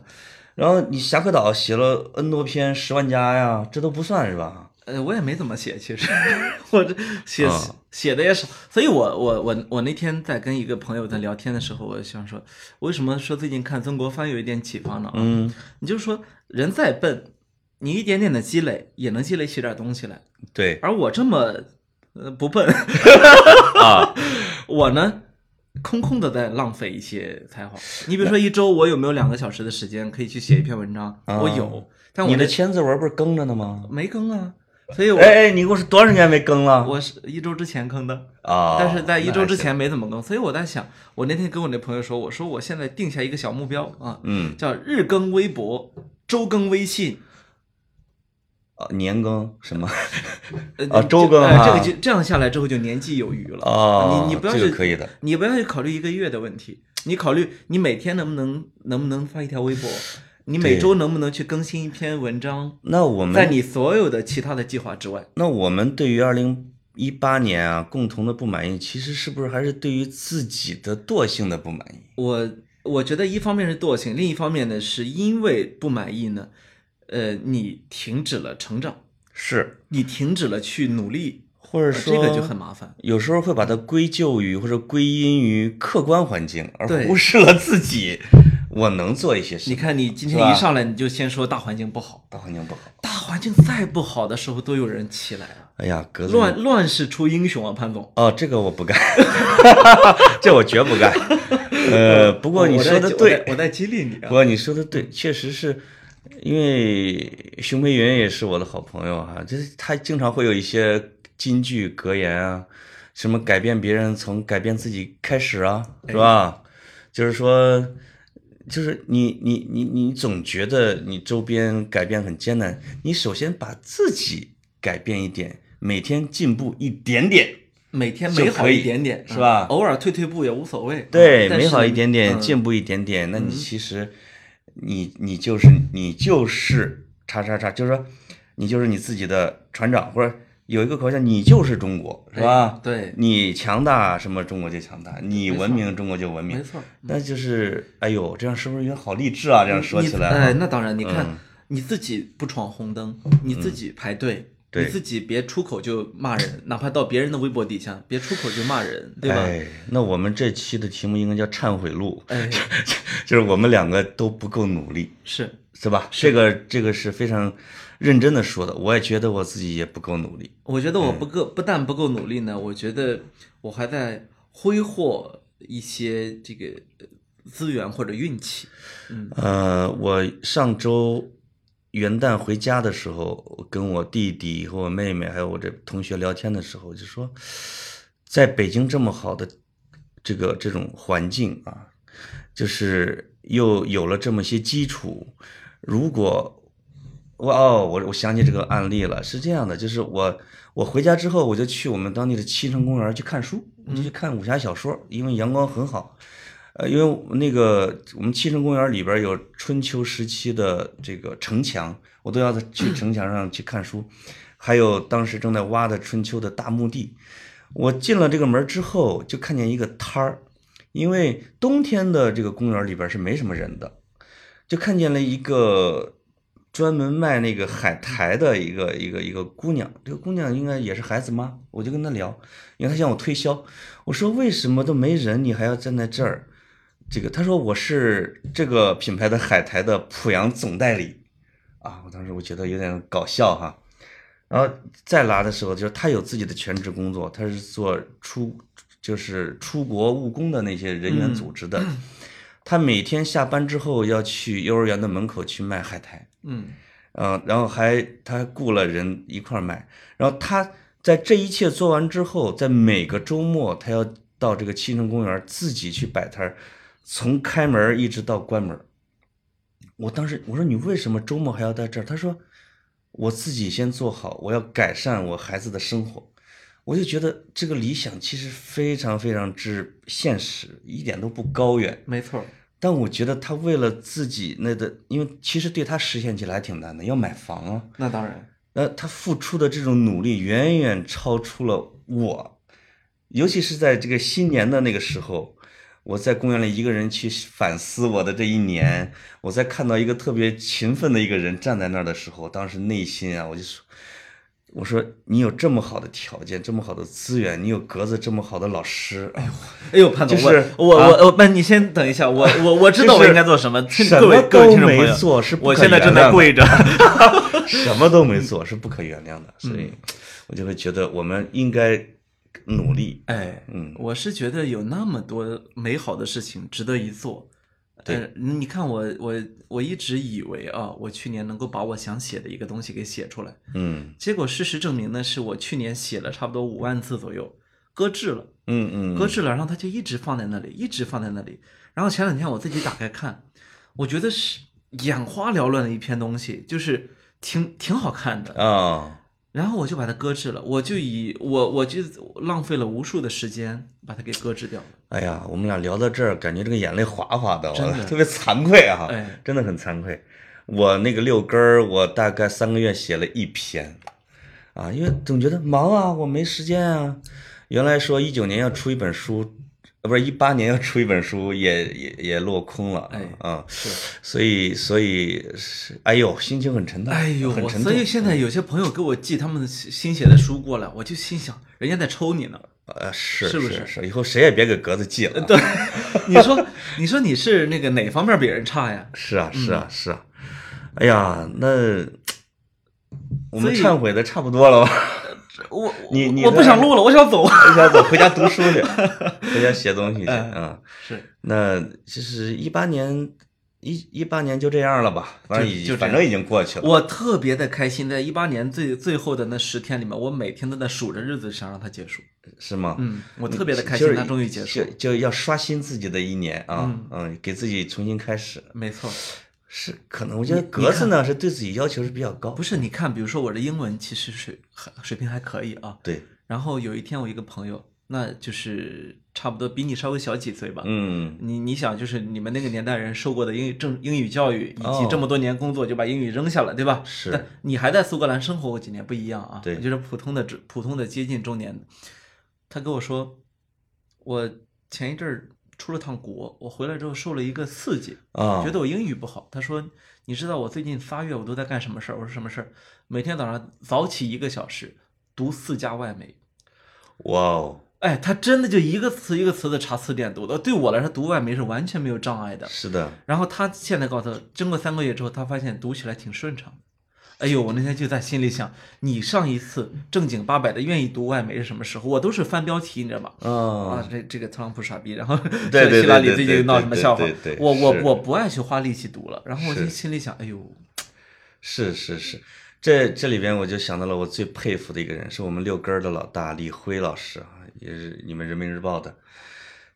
然后你侠客岛写了 N 多篇，十万加呀，这都不算是吧？
呃，我也没怎么写，其实 我这写、
啊
写的也少，所以我我我我那天在跟一个朋友在聊天的时候，我想说，为什么说最近看曾国藩有一点启发呢？
嗯，
你就说人再笨，你一点点的积累也能积累起点东西来，
对
而我这么呃不笨，
啊，
我呢，空空的在浪费一些才华。你比如说一周，我有没有两个小时的时间可以去写一篇文章？
啊
我有，但我
你的
这
千字文不是更着呢吗？
没更啊，所以我、
哎哎，你给我是多长时间没更了？
我是一周之前更的，
啊，
但是在一
那
周
还
之
行，
前没怎么更，所以我在想，我那天跟我那朋友说，我说我现在定下一个小目标啊，
嗯，
叫日更微博，周更微信。
啊年更 什么
呃
啊周更
哎
啊
这个就这样下来之后就年纪有余了
啊？
你你不要
这
去
个可以的，
你不要去考虑一个月的问题，你考虑你每天能不能能不能发一条微博，你每周能不能去更新一篇文章，
那我们
在你所有的其他的计划之外，
那我们对于二零一八年啊，共同的不满意，其实是不是还是对于自己的惰性的不满意？
我我觉得一方面是惰性，另一方面呢是因为不满意呢，呃，你停止了成长，
是，
你停止了去努力，
或者
呃这
说
个就很麻烦。
有时候会把它归咎于或者归因于客观环境，而
对
忽视了自己，我能做一些事。
你，看你今天
是吧
一上来你就先说大环境不好，
大环境不好。
大环境再不好的时候都有人起来啊，
哎呀，格子
乱乱世出英雄啊，潘总。
哦，这个我不干， 这我绝不干。 呃，不过你
哦我在
说的
我
对
在，我在激励你
不
啊。
过你说的对，确实是因为熊培云也是我的好朋友哈、就是他经常会有一些金句格言啊，什么改变别人从改变自己开始啊，是吧？就是说，就是你你你你总觉得你周边改变很艰难，你首先把自己改变一点，每天进步一点点。
每天
就
美好
可以
一点点
是
嗯
吧
偶尔退退步也无所谓。
对，
嗯但
美
是
好一点点，
嗯
进步一点点，那你其实，你你就是你就是叉叉叉，就是说，你就是你自己的船长，或者有一个口号叫你就是中国，是吧？
哎对，
你强大什么，中国就强大；你文明，中国就文
没
明。
错。
那就是，哎呦，这样是不是有点好励志啊？这样说起来
你
啊，
哎，那当然，你看
嗯
你自己不闯红灯，你自己排队。
对
你自己别出口就骂人，哪怕到别人的微博底下，别出口就骂人，对吧？
哎，那我们这期的题目应该叫忏悔录，
哎，
就是我们两个都不够努力。
是，
是吧？这个这个是非常认真的说的，我也觉得我自己也不够努力。
我觉得我
嗯
不够，不但不够努力呢，我觉得我还在挥霍一些这个呃资源或者运气。嗯
呃，我上周元旦回家的时候，我跟我弟弟和我妹妹还有我这同学聊天的时候，就说，在北京这么好的这个这种环境啊，就是又有了这么些基础，如果我哦，我我想起这个案例了，是这样的，就是我我回家之后，我就去我们当地的七城公园去看书，我就去看武侠小说，因为阳光很好。呃，因为我们那个我们七城公园里边有春秋时期的这个城墙，我都要在去城墙上去看书，还有当时正在挖的春秋的大墓地。我进了这个门之后，就看见一个摊儿，因为冬天的这个公园里边是没什么人的，就看见了一个专门卖那个海苔的一个一个一个姑娘，这个姑娘应该也是孩子妈，我就跟她聊，因为她向我推销，我说为什么都没人，你还要站在这儿？这个他说我是这个品牌的海苔的濮阳总代理啊，我当时我觉得有点搞笑哈。然后再拉的时候，就是他有自己的全职工作，他是做出就是出国务工的那些人员组织的，他每天下班之后要去幼儿园的门口去卖海苔，
嗯
嗯，然后还他还雇了人一块儿卖，然后他在这一切做完之后，在每个周末他要到这个七城公园自己去摆摊儿，从开门儿一直到关门儿。我当时我说你为什么周末还要在这儿？他说我自己先做好，我要改善我孩子的生活。我就觉得这个理想其实非常非常之现实，一点都不高远。
没错儿，
但我觉得他为了自己那个，因为其实对他实现起来还挺难的，要买房啊，
那当然，
那他付出的这种努力远远超出了我，尤其是在这个新年的那个时候，我在公园里一个人去反思我的这一年，我在看到一个特别勤奋的一个人站在那儿的时候，当时内心啊，我就说，我说你有这么好的条件，这么好的资源，你有格子这么好的老师，哎呦，
哎呦，潘总，
就是
我我
啊
我我，不，你先等一下， 我我我知道
就
我
是
应该做什么。听
什
各位
么
各位
都
听众朋
没
友，
做是不
我
可
现在
原
正
谅
在
的
跪着。
什么都没做是不可原谅的，所以我就会觉得我们应该努力。
哎，
嗯
我是觉得有那么多美好的事情值得一做。
对
呃，你看我我我一直以为啊，我去年能够把我想写的一个东西给写出来，
嗯
结果事实证明呢，是我去年写了差不多五万字左右，搁置了，
嗯嗯，
搁置了，然后它就一直放在那里，一直放在那里。然后前两天我自己打开看，我觉得是眼花缭乱的一篇东西，就是挺挺好看的，
啊，
然后我就把它搁置了，我就以我我就浪费了无数的时间把它给搁置掉了。
哎呀，我们俩聊到这儿，感觉这个眼泪哗哗的，
真的
我特别惭愧啊，
哎
真的很惭愧。我那个六根儿，我大概三个月写了一篇，啊，因为总觉得忙啊，我没时间啊。原来说一九年要出一本书，呃，不是一八年要出一本书，也也也落空了，
哎
啊，
是
所以所以是，哎呦，心情很沉痛，
哎呦，
很
我
沉
所
重嗯
以，现在有些朋友给我寄他们新新写的书过来，我就心想，人家在抽你呢。
呃，是
是不是呃
是以后谁也别给格子寄了啊，
对，你说你说你是那个哪方面比人差呀？
是啊，是啊，是啊。哎呀，那我们
所以
忏悔的差不多 了吧？
我
你你
我不
的
想录了，我想走。
回家走，回家读书去，回家写东西去
嗯
啊。
是，
那其实一八年一一八年就这样了吧，反正
就
已
就这样
反正已经过去 了。
我特别的开心，在一八年最最后的那十天里面，我每天都在数着日子想让它结束。
是吗？
嗯，我特别的开
就
心，
是
它终于结束
就。就要刷新自己的一年啊，嗯给自己重新开始。
没错。
是，可能我觉得格子呢是对自己要求是比较高。
不是，你看，比如说我的英文其实水还水平还可以啊。
对，
然后有一天我一个朋友，那就是差不多比你稍微小几岁吧。
嗯，
你你想，就是你们那个年代人受过的英语正英语教育，以及
哦
这么多年工作就把英语扔下了，对吧？
是
但你还在苏格兰生活过几年，不一样啊。
对
我觉得普通的普通的接近中年，他跟我说，我前一阵儿出了趟国，我回来之后受了一个刺激，
啊，
觉得我英语不好。他说：“你知道我最近仨月我都在干什么事儿？”我说：“什么事儿？每天早上早起一个小时，读四家外媒。
哇哦，”
哎，他真的就一个词一个词的查词典读的。对我来说，读外媒是完全没有障碍的。
是的，
然后他现在告诉我，经过三个月之后，他发现读起来挺顺畅的。哎呦，我那天就在心里想，你上一次正经八百的愿意读外媒是什么时候？我都是翻标题，你知道吗？
啊
啊，这这个特朗普傻逼，然后
对对
希拉里
对
最近
对对
闹什么
对
笑话
对对？
我我
是
我不爱去花力气读了，然后我就是心里想，哎呦，
是是是，这这里边我就想到了我最佩服的一个人，是我们六根儿的老大李辉老师啊，也是你们人民日报的。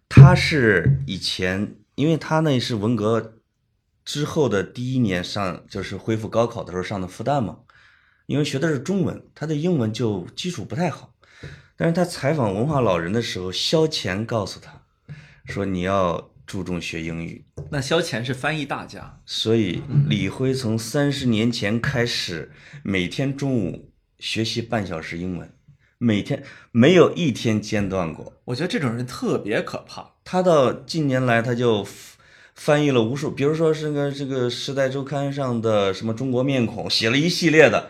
他是以前，因为他那是文革之后的第一年上，就是恢复高考的时候上的复旦嘛，因为学的是中文，他的英文就基础不太好。但是他采访文化老人的时候，萧乾告诉他说：“你要注重学英语，
那萧乾是翻译大家，
所以李辉从三十年前开始，每天中午学习半小时英文，每天没有一天间断过。
我觉得这种人特别可怕。
他到近年来，他就 f- 翻译了无数，比如说是个这个《时代周刊》上的什么中国面孔，写了一系列的。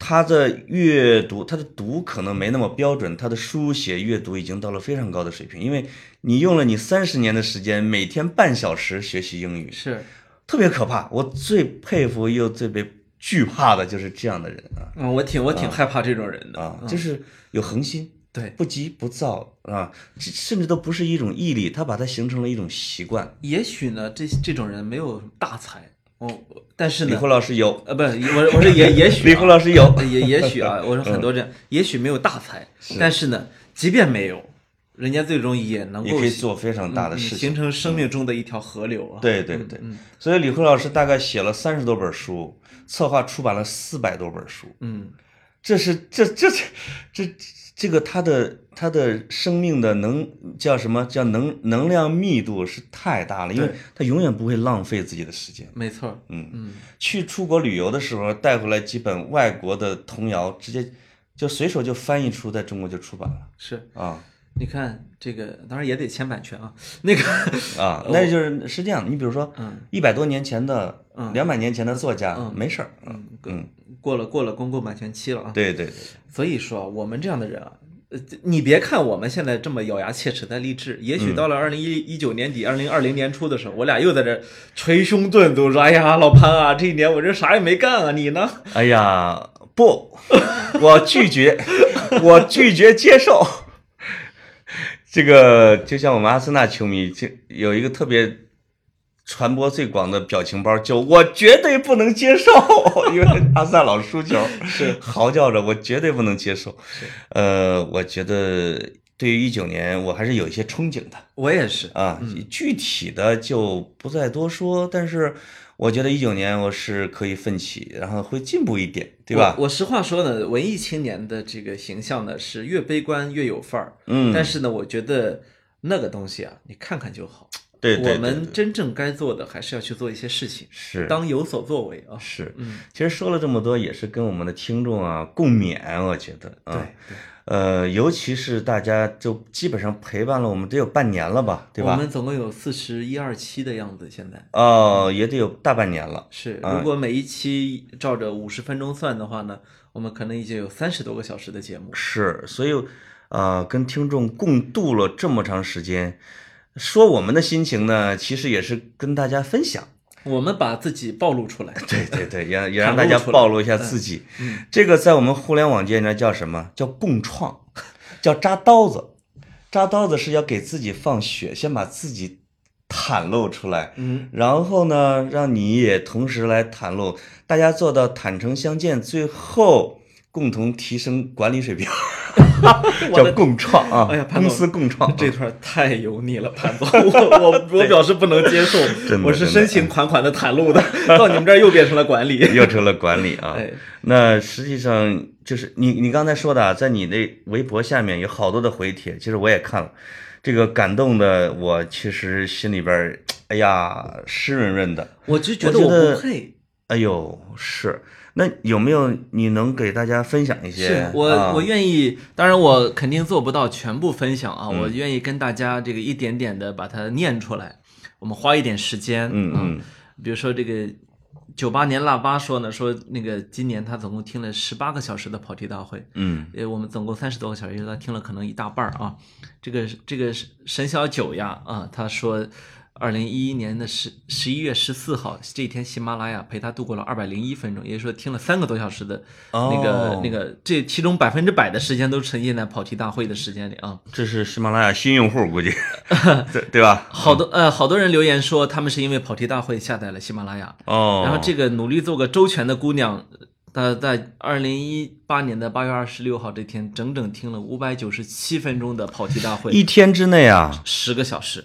他的阅读，他的读可能没那么标准，他的书写阅读已经到了非常高的水平，因为你用了你三十年的时间，每天半小时学习英语，
是，
特别可怕。我最佩服又最被惧怕的就是这样的人啊
嗯，我挺我挺害怕这种人的，
啊，就是有恒心，
嗯对，
不急不躁啊，这甚至都不是一种毅力，他把它形成了一种习惯。
也许呢，这这种人没有大才，哦，但是
李
呢
慧，老师有，
呃，不是，我我说也也许、啊，
李慧老师有，嗯
也也许啊，我说很多这样，也许没有大才，但是呢，即便没有，人家最终也能
也
够
可以做非常大的
嗯
事情。
形成生命中的一条河流啊。，
对对对，所以李慧老师大概写了三十多本书，策划出版了四百多本书，
嗯，
这是这这这这这个他的他的生命的能叫什么叫能能量密度是太大了，因为
对
他永远不会浪费自己的时间。
没错，
嗯
嗯，
去出国旅游的时候带回来几本外国的童谣，直接就随手就翻译出，在中国就出版了
是，
啊
你看这个，当然也得签版权啊，那个，
啊！那就是是这样，你比如说
哦嗯
一百多年前的、
嗯
两百年前的作家，没事儿，
嗯，过过了过了公共版权期了啊。
对对对。
所以说啊，我们这样的人啊，呃，这你别看我们现在这么咬牙切齿在励志，也
嗯
许到了二零一一九年底、二零二零年初的时候，我俩又在这捶胸顿足说：“哎呀，老潘啊，这一年我这啥也没干啊，你呢
哎呀，不， 我拒绝， 我拒绝接受。 这个就像我们阿森纳球迷，就有一个特别传播最广的表情包，就我绝对不能接受， 因为阿森纳老输球，是嚎叫着我绝对不能接受。呃，我觉得对于一九年，我还是有一些憧憬的。？”
我也是，
啊，
嗯
具体的就不再多说，但是我觉得一九年我是可以奋起，然后会进步一点，对吧？
我？我实话说呢，文艺青年的这个形象呢，是越悲观越有范儿。
嗯，
但是呢，我觉得那个东西啊，你看看就好。
对对对，
我们
对
真正该做的还是要去做一些事情，
是
当有所作为啊。
是，
嗯，
其实说了这么多，也是跟我们的听众啊共勉，我觉得
对
啊，，呃，尤其是大家就基本上陪伴了我们得有半年了吧，对
我
吧？
们总共有四十一二期的样子，现在。
哦，也得有大半年了，
是，
啊
如果每一期照着五十分钟算的话呢，我们可能已经有三十多个小时的节目。
是，所以，呃，跟听众共度了这么长时间，说我们的心情呢，其实也是跟大家分享。
我们把自己暴露出 来，
对对对，也也
袒
让大
露
家
出来嗯
暴露一下自己。这个在我们互联网界呢叫什么？叫共创，叫扎刀子。扎刀子是要给自己放血，先把自己袒露出来，
嗯，
然后呢，让你也同时来袒露，大家做到坦诚相见，最后共同提升管理水平，叫共创啊！
哎呀潘
公
总
司共创啊，
这段太油腻了， 潘总，我我我表示不能接受
真，的
我是
真的
深情款款的袒露的， 到你们这儿又变成了管理。
又成了管理 啊。
哎，
那实际上就是你你刚才说的啊，在你那微博下面有好多的回帖，其实我也看了，这个感动的我其实心里边儿，哎呀，湿润润的。
我就觉
我
得
觉
我
得
不配。
哎呦，是。那有没有你能给大家分享一些？
是我、
啊
我愿意，当然我肯定做不到全部分享啊，
嗯
我愿意跟大家这个一点点的把它念出来，我们花一点时间，啊
嗯嗯，
比如说这个九八年腊八说呢，说那个今年他总共听了十八个小时的跑题大会，
嗯
呃，我们总共三十多个小时，他听了可能一大半儿啊。这个这个沈小九呀啊，他说，二零一一年的十十一月十四号这一天，喜马拉雅陪他度过了二百零一分钟，也就是说听了三个多小时的那个、
哦
那个，这其中百分之百的时间都沉浸在跑题大会的时间里啊。
这是喜马拉雅新用户估 计，对对吧？
好多呃，好多人留言说他们是因为跑题大会下载了喜马拉雅，
哦，
然后这个努力做个周全的姑娘，她在二零一八年的八月二十六号这天，整整听了五百九十七分钟的跑题大会，
一天之内啊，
十个小时。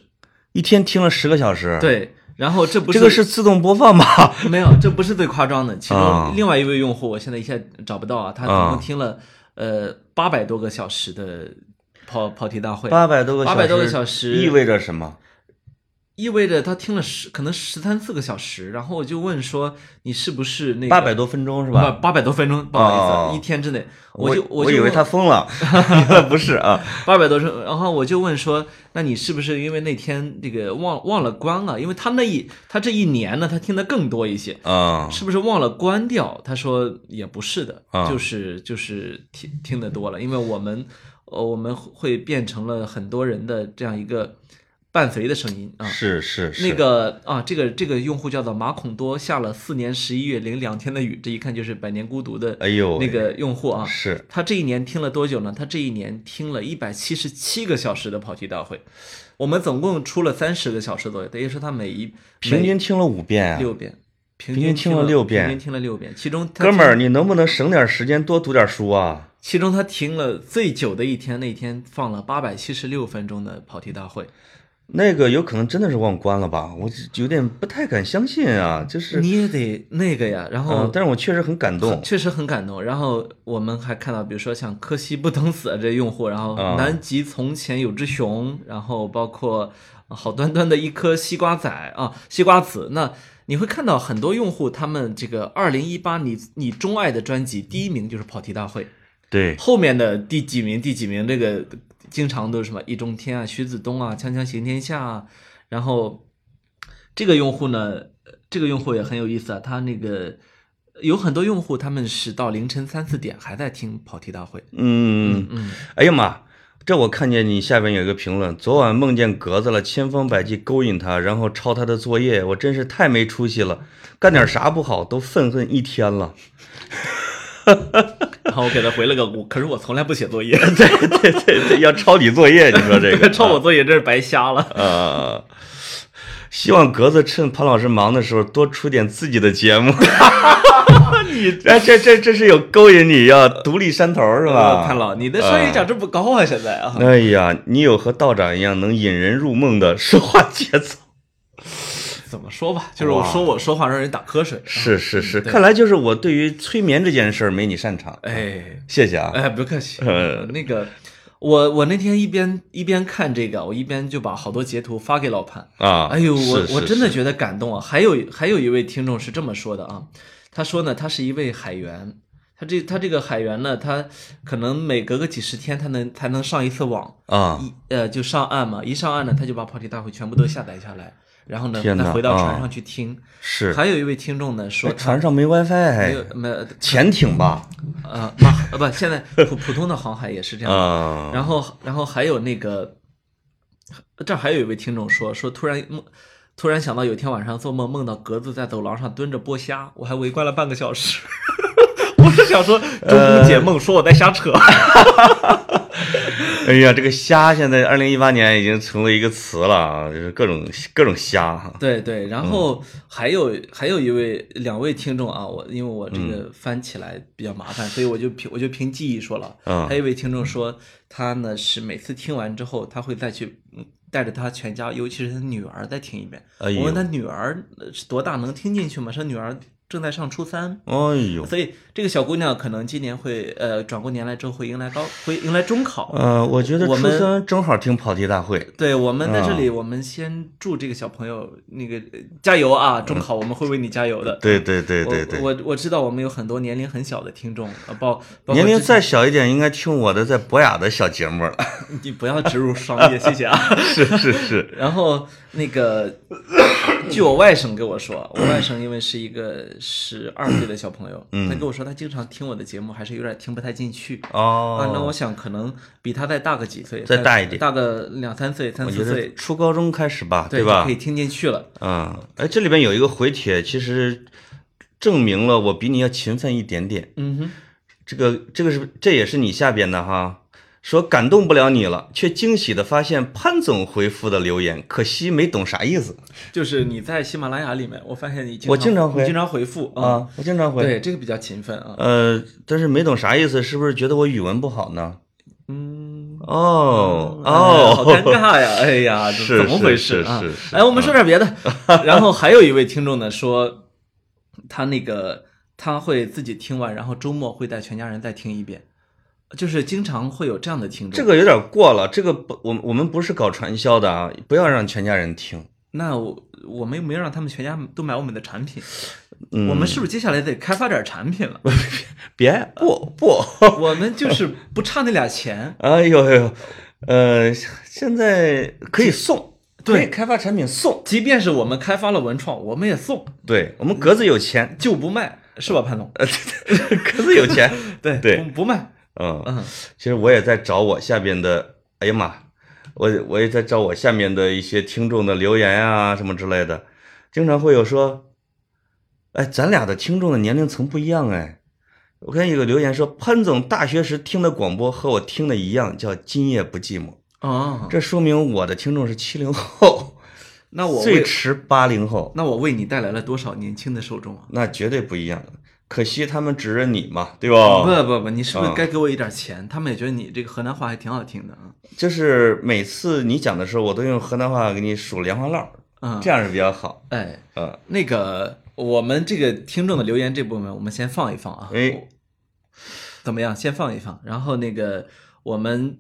一天听了十个小时，，
对，然后这不是
这个是自动播放吧？
没有，这不是最夸张的。其
啊
中另外一位用户，我现在一下找不到啊，他总共听了呃八百多个小时的跑跑题大会。
八百多个
800多个小时
意味着什么？
意味着他听了十可能十三四个小时，然后我就问说你是不是那个
八百多分钟是吧？
八百多分钟，不好意思，啊
哦
一天之内，
我
就
我
就
以为
问
他 疯了， 原来不是啊。
八百多声，然后我就问说，那你是不是因为那天这个忘忘了关啊了？因为他那一他这一年呢，他听得更多一些，
啊、
是不是忘了关掉？他说也不是的，
啊
就是就是听听得多了，因为我们呃我们会变成了很多人的这样一个伴随的声音啊。
是是是，
那个啊，这个这个用户叫做马孔多，下了四年十一月零两天的雨，这一看就是《百年孤独》的
哎呦喂
那个用户啊，
是
他这一年听了多久呢？他这一年听了一百七十七个小时的跑题大会，我们总共出了三十个小时左右，等于说他每一
平均听了五遍
每
啊。
六遍，平
均听
听
了六遍
平均听了六遍，其中他
哥们儿，
听，
你能不能省点时间多读点书啊？
其中他听了最久的一天，那天放了八百七十六分钟的跑题大会，
那个有可能真的是忘关了吧？我有点不太敢相信啊，就是，
你也得那个呀，然后
嗯，但是我确实很感动。
确实很感动。然后我们还看到，比如说像柯西不等死啊这些用户，然后
啊
南极从前有只熊，然后包括好端端的一颗西瓜仔啊，西瓜子。那你会看到很多用户，他们这个二零一八你你钟爱的专辑第一名就是跑题大会，
对，
后面的第几名第几名这个经常都是什么易中天啊、徐子东啊、锵锵行天下啊，然后这个用户呢，呃这个用户也很有意思啊，他那个有很多用户他们是到凌晨三四点还在听跑题大会，
嗯，
嗯，
哎呀妈，这我看见你下边有一个评论，昨晚梦见格子了，千方百计勾引他，然后抄他的作业，我真是太没出息了，干点啥不好，都愤恨一天了。
然后我给他回了个我，可是我从来不写作 业，
对对对，要抄你作业，你说 这个
抄我作业真是白瞎了。
呃，希望格子趁潘老师忙的时候多出点自己的节目。 你哎，这这这是有勾引你要独立山头是吧？
呃潘老，你的商业价值不高啊，现在啊，
哎呀，你有和道长一样能引人入梦的说话节 奏。
嗯怎么说吧，就是我
哇
说我说话让人打瞌睡，
是是是，
对
看来就是我对于催眠这件事儿没你擅长。
哎。
谢谢啊。
哎，不客气。
呃
那个，我我那天一边一边看这个，我一边就把好多截图发给老潘。
啊，
哎呦，我
是
我
是
真的
是
觉得感动啊！还有还有一位听众是这么说的啊，他说呢，他是一位海员，他这他这个海员呢，他可能每隔个几十天他能才能上一次网，
啊，
一呃就上岸嘛，一上岸呢他就把跑题大会全部都下载下来，然后呢
天哪
再回到
啊
船上去听。
是
还有一位听众呢说
哎
他
船上没
没
WiFi，
有没有
潜艇吧？
呃马呃不，现在普普通的航海也是这样的。
啊，
然后然后还有那个，这儿还有一位听众说说突然梦，突然想到有天晚上做梦梦到格子在走廊上蹲着剥虾，我还围观了半个小时。 我是想说，周公解
呃
梦，说我在瞎扯。
哎呀，这个虾现在二零一八年已经成为一个词了啊，就是各种各种虾哈。
对对，然后还有、还有一位两位听众啊，我因为我这个翻起来比较麻烦，所以我就凭我就凭记忆说了。
嗯
还有一位听众说，他呢是每次听完之后，他会再去嗯带着他全家，尤其是他女儿再听一遍。
哎呦
我问他女儿呃是多大能听进去吗？说女儿正在上初三。
哎呦，
所以这个小姑娘可能今年会呃转过年来之后会迎来高会迎来中考，
呃，我觉得
我
初
们
三正好听跑题大会。
对，我们在这里，我们先祝这个小朋友那个呃加油啊！中考我们会为你加油的。
对对对
我
对对，
我我知道我们有很多年龄很小的听众，呃，包包括
年龄
之
再小一点，应该听我的在博雅的小节目了。
你不要植入商业，谢谢啊。
是是是，
然后那个， 据我外甥跟我说，我外甥因为是一个十二岁的小朋友，
嗯
他跟我说他经常听我的节目，还是有点听不太进去。啊，那
哦，
我想可能比他再大个几岁，
再大一点
大个两三岁、三
我
四
觉得
岁，
初高中开始吧，
对
吧
就可以？听进去了。
嗯，哎，这里边有一个回帖，其实证明了我比你要勤奋一点点。
嗯哼。
这个这个是这也是你下边的哈，说感动不了你了，却惊喜的发现潘总回复的留言，可惜没懂啥意思
就是你在喜马拉雅里面，我发现你
我经常回
你经常回复啊、
啊，我经常回。
对，这个比较勤奋啊。
呃，但是没懂啥意思，是不是觉得我语文不好呢？
嗯，
哦
哎好
哦，
尴尬呀！哎呀，这
是
怎么回事
是
啊
是是？是啊
哎，我们说点别的。 然后还有一位听众呢说，他那个他会自己听完，然后周末会带全家人再听一遍，就是经常会有这样的听众。
这个有点过了，这个不，我们我们不是搞传销的啊，不要让全家人听。
那我我们没让他们全家都买我们的产品，
嗯
我们是不是接下来得开发点产品了？
别不不，
我们就是不差那俩钱，
哎呦呦呦，呃，现在可以送，
对
可以开发产品送，
即便是我们开发了文创，我们也送，
对我们格子有钱，
就不卖，是吧，潘总？
呃， 对对格子有钱，
对
对
不不卖，
嗯，
嗯
其实我也在找我下边的，哎呀妈，我我也在找我下面的一些听众的留言啊什么之类的，经常会有说，哎，咱俩的听众的年龄层不一样哎。我看有个留言说，潘总大学时听的广播和我听的一样，叫《今夜不寂寞》。
哦，
这说明我的听众是七零后，
那我
最
为
迟八零后，
那我为你带来了多少年轻的受众啊？
那绝对不一样。可惜他们指着你嘛，对吧？
不不不，你是不是
嗯
该给我一点钱？他们也觉得你这个河南话还挺好听的啊。
就是每次你讲的时候，我都用河南话给你数莲花落，
嗯，
这样是比较好。
哎，
嗯，
那个我们这个听众的留言这部分，我们先放一放啊。
哎，
怎么样？先放一放，然后那个我们，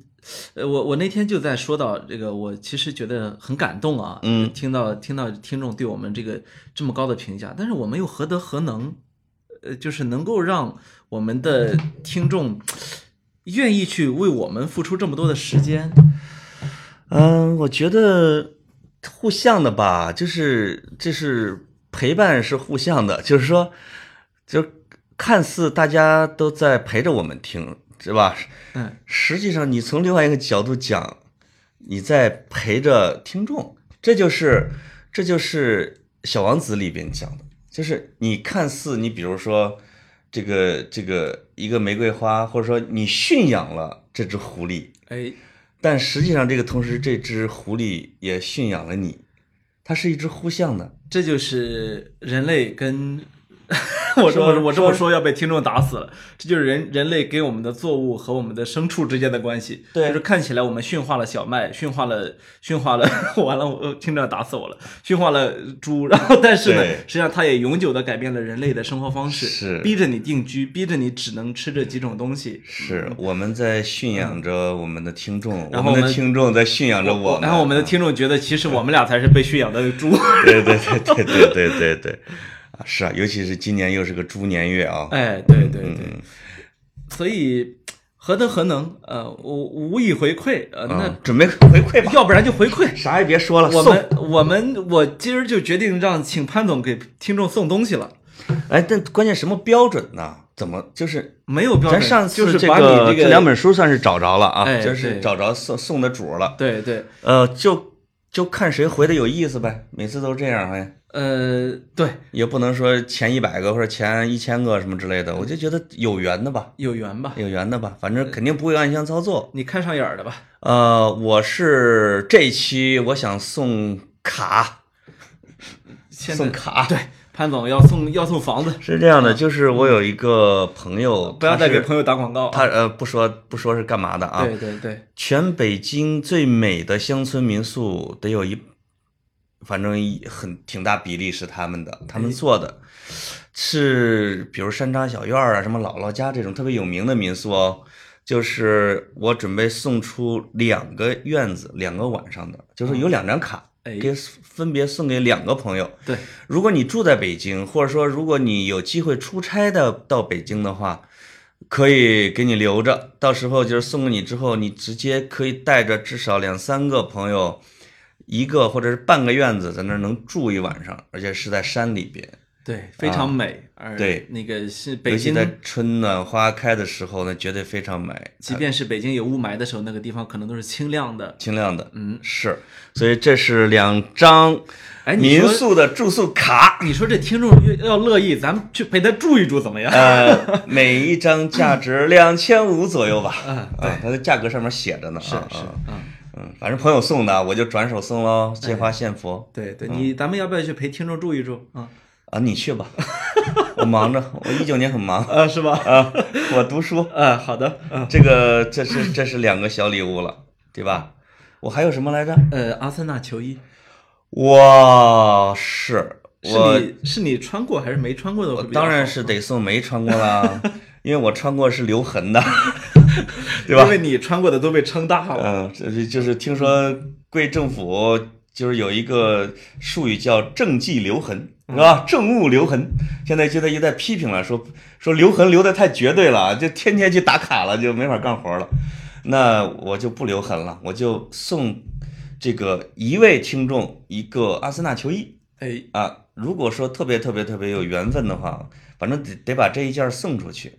呃，我我那天就在说到这个，我其实觉得很感动啊，
嗯
听到听到听众对我们这个这么高的评价，但是我们又何德何能，呃，就是能够让我们的听众愿意去为我们付出这么多的时间，
嗯，我觉得互相的吧，就是这是陪伴是互相的，就是说，就看似大家都在陪着我们听，是吧？
嗯，
实际上，你从另外一个角度讲，你在陪着听众，这就是这就是《小王子》里边讲的，就是你看似你比如说这个这个一个玫瑰花，或者说你驯养了这只狐狸，
哎，
但实际上这个同时这只狐狸也驯养了你，它是一只互相的。
这就是人类跟。 我这么
说
我这么
说
说要被听众打死了，这就是人人类给我们的作物和我们的牲畜之间的关系。
对
就是看起来我们驯化了小麦，驯化了驯化了， 完了，我听着打死我了，驯化了猪，然后但是呢
对，
实际上它也永久的改变了人类的生活方式，
是
逼着你定居，逼着你只能吃这几种东西。
是我们在驯养着我们的听众，
然后
我
我
们
们
的听众在驯养着
然后我
嗯
们的听众觉得，其实我们俩才是被驯养的猪。
对对对对对对对对，啊是啊，尤其是今年又是个猪年月啊，嗯
哎，对对对，所以何德何能？呃，我无以回馈，呃，
嗯
那，
准备回馈吧，
要不然就回馈。
啥也别说了，
我
送。
们我们我今儿就决定让请潘总给听众送东西了，
哎，但关键什么标准呢？怎么就是？
没有标
咱
准，
上次
就是
这
把你
这
个
两本书算是找着了啊，
哎
就是
对
找着送送的主了。
对对
呃，就就看谁回的有意思呗，每次都这样，哎，
呃对
也不能说前一百个或者前一千个什么之类的，我就觉得有缘的吧，
有缘吧，
有缘的吧，反正肯定不会暗箱操作。
你看上眼儿的吧，
呃，我是这一期我想送卡，
现在啊
送卡，
对潘总要送要送房子，
是这样的，就是我有一个朋友，
嗯不要再给
友，
朋友打广告啊，
他呃不说不说是干嘛的啊，
对对对，
全北京最美的乡村民宿得有一，反正一很挺大比例是他们的，
哎
他们做的是比如山楂小院儿啊，什么姥姥家这种特别有名的民宿哦。就是我准备送出两个院子，两个晚上的，就是有两张卡，
哎
给分别送给两个朋友。
对，
如果你住在北京，或者说如果你有机会出差的到北京的话，可以给你留着，到时候就是送给你之后，你直接可以带着至少两三个朋友，一个或者是半个院子，在那儿能住一晚上，而且是在山里边。
对，非常美，而
啊对
那个是
尤
北
其
京
在春暖花开的时候呢，绝对非常美，
即便是北京有雾霾的时候，那个地方可能都是清亮的。
清亮的。
嗯，
是，所以这是两张
哎，你
民
说
宿的住宿卡。
你说这听众要要乐意，咱们去陪他住一住怎么样？
呃，每一张价值两千五左右吧。
嗯对
啊，它的价格上面写着呢。是
是嗯，
嗯，反正朋友送的，我就转手送喽，借花献佛。
对对，你咱们要不要去陪听众住一住啊？
啊，你去吧， 我忙着，我一九年很忙
啊，是吧？
啊，我读书。
啊，好的，啊，
这个这是这是两个小礼物了，
嗯
对吧？我还有什么来着？
呃，阿森纳球衣
哇，是
是
我
你是你穿过还是没穿过的？
我当然是得送没穿过 啦，因为我穿过是留痕的，对吧嗯
因？为你穿过的都被撑大了。
嗯，这就就是听说贵政府就是有一个术语叫“政绩留痕”，是吧？政务留痕，现在现在又在批评了，说说留痕留的太绝对了，就天天去打卡了，就没法干活了。那我就不留痕了，我就送这个一位听众一个阿森纳球衣。
哎，
啊，如果说特别特别特别有缘分的话，反正得得把这一件送出去。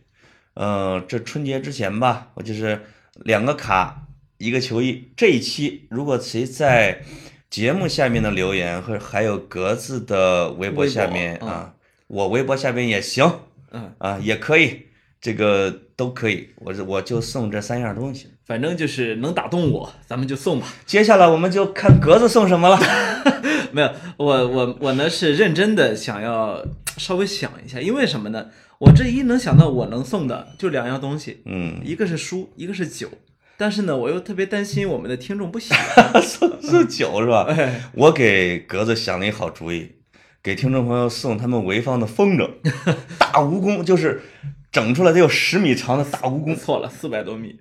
呃，这春节之前吧，我就是两个卡，一个球衣。这一期如果谁在节目下面的留言，或者还有格子的微博下面
微博
啊，我微博下面也行
嗯，
啊，也可以，这个都可以。我是我就送这三样东西。
反正就是能打动我，咱们就送吧。
接下来我们就看格子送什么了。
没有，我我我呢是认真的想要稍微想一下，因为什么呢？我这一能想到我能送的就两样东西，
嗯，
一个是书，一个是酒。但是呢，我又特别担心我们的听众不喜欢。
送送酒是吧？
哎
我给格子想了一好主意，给听众朋友送他们潍坊的 风筝，大蜈蚣，就是整出来得有十米长的大蜈蚣，
错了，四百多米，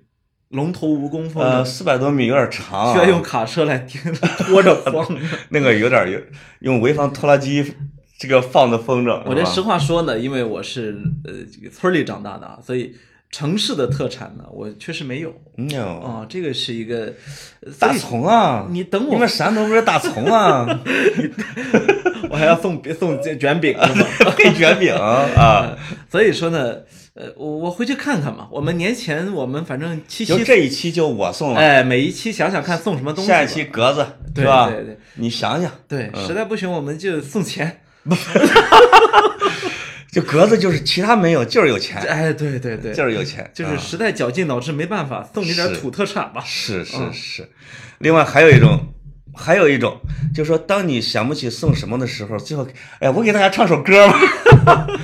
龙头蜈蚣风筝
呃，四百多米有点长、啊，
需要用卡车来 顶拖着放。
那个有点有用潍坊拖拉机 这个放的风筝。
我这
是
实
吧
话说呢，因为我是呃这个村儿里长大的，啊，所以城市的特产呢，我确实没有。
嗯哟，
啊，这个是一个呃所
大
以
葱啊，
你等
你
我
们，山东不是大葱啊，
我还要送别送卷卷饼是吗？
配卷饼啊。
所以说呢，呃，我我回去看看嘛。我们年前我们反正七
就
夕，
这一期就我送了，
哎，每一期想想看送什么东西吧。
下一期格子
对
是吧？
对对
你想想，
对，实在不行我们就送钱。
就格子就是其他没有，就是有钱，
哎，对对对，
就是有钱，啊
就是实在绞尽脑汁没办法，送你点
是
土特产吧。
是是是，另外还有一种，还有一种，就是说，当你想不起送什么的时候，最后，哎，我给大家唱首歌吧，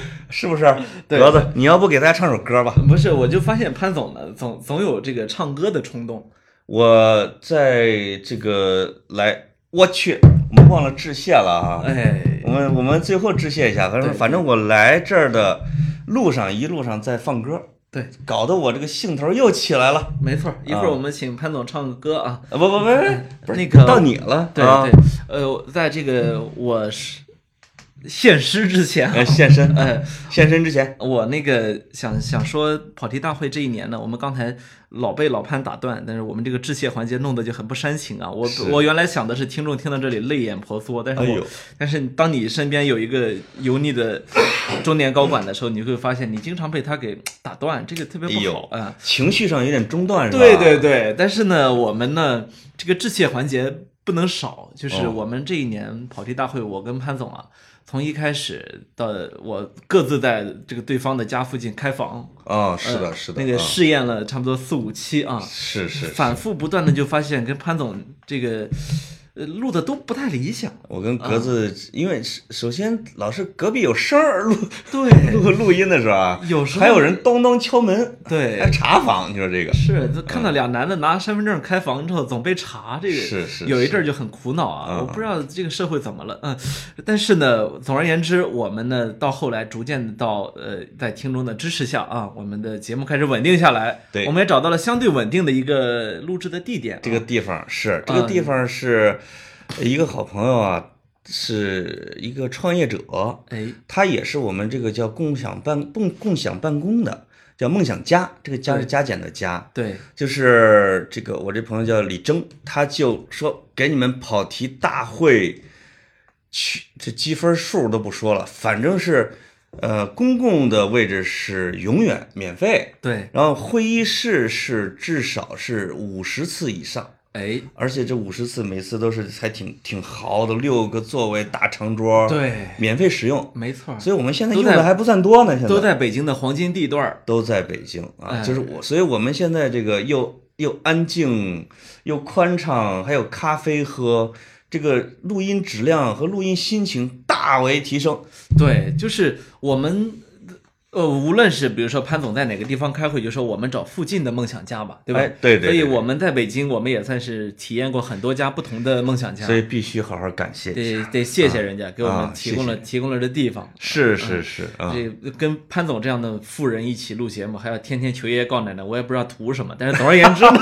是不是？
对
格子，你要不给大家唱首歌吧？
不是，我就发现潘总呢，总总有这个唱歌的冲动。
我在这个来，我去，我们忘了致谢了啊！
哎，
我们我们最后致谢一下，反正
对
反正我来这儿的路上一路上在放歌，
对，
搞得我这个兴头又起来了。
没错，一会
啊
儿我们请潘总唱个歌啊。
啊不不不不，不是
那个
到你了，
对
啊
对，，呃，在这个我是献诗之前啊
呃，，现身，
呃，
现身之前，
我那个想想说跑题大会这一年呢，我们刚才老被老潘打断，但是我们这个致谢环节弄得就很不煽情啊。我
是
我原来想的是听众听到这里泪眼婆娑，但是我、
哎呦
但是当你身边有一个油腻的中年高管的时候，你会发现你经常被他给打断，这个特别
哎
不
呦
好啊。
情绪上有点中断是吧？
对对对，但是呢，我们呢这个致谢环节不能少，就是
哦
我们这一年跑题大会，我跟潘总啊，从一开始到呃我各自在这个对方的家附近开房，
哦，是
呃
的，是的，
那个
啊
试验了差不多四五期啊，
是是，
反复不断的就发现跟潘总这个呃录的都不太理想，
我跟格子，因为是首先老是隔壁有声儿录
对
录录音的时候啊，
有时候
还有人咚咚敲门，
对
还。查访，你说这个
是，就看到俩男的拿身份证开房之后总被查，这个
是是
有一阵儿就很苦恼啊，
嗯
我不知道这个社会怎么了，嗯，但是呢，总而言之，我们呢到后来逐渐的到呃，在听众的支持下啊，我们的节目开始稳定下来，
对
我们也找到了相对稳定的一个录制的地点啊，
这个地方是这个地方是一个好朋友啊，是一个创业者，
哎，
他也是我们这个叫共享办共共享办公的，叫梦想家，这个家是加减的家，
对，
就是这个，我这朋友叫李征，他就说给你们跑题大会去这积分数都不说了，反正是呃公共的位置是永远免费，
对，
然后会议室是至少是五十次以上，
哎，
而且这五十次每次都是还挺挺豪的，六个座位大长桌，，
对，
免费使用，
没错儿，
哦所以我们现在
都
用
在
的还不算多呢，现在
都在北京的黄金地段儿，
都在北京啊，
哎
就是我，所以我们现在这个又又安静又宽敞，还有咖啡喝，这个录音
哎
质量和录音心情大为提升。
对，就是我们呃，无论是比如说潘总在哪个地方开会，就说我们找附近的梦想家吧，对吧？
哎对对
所
对
以我们在北京，我们也算是体验过很多家不同的梦想家
所，以必须好好感谢一下。
得得谢谢人家给我
啊
们提供了提供了这地方。
是
嗯
是是啊，
这跟潘总这样的富人一起录节目，还要天天求爷爷告奶奶，我也不知道图什么。但是总而言 之呢，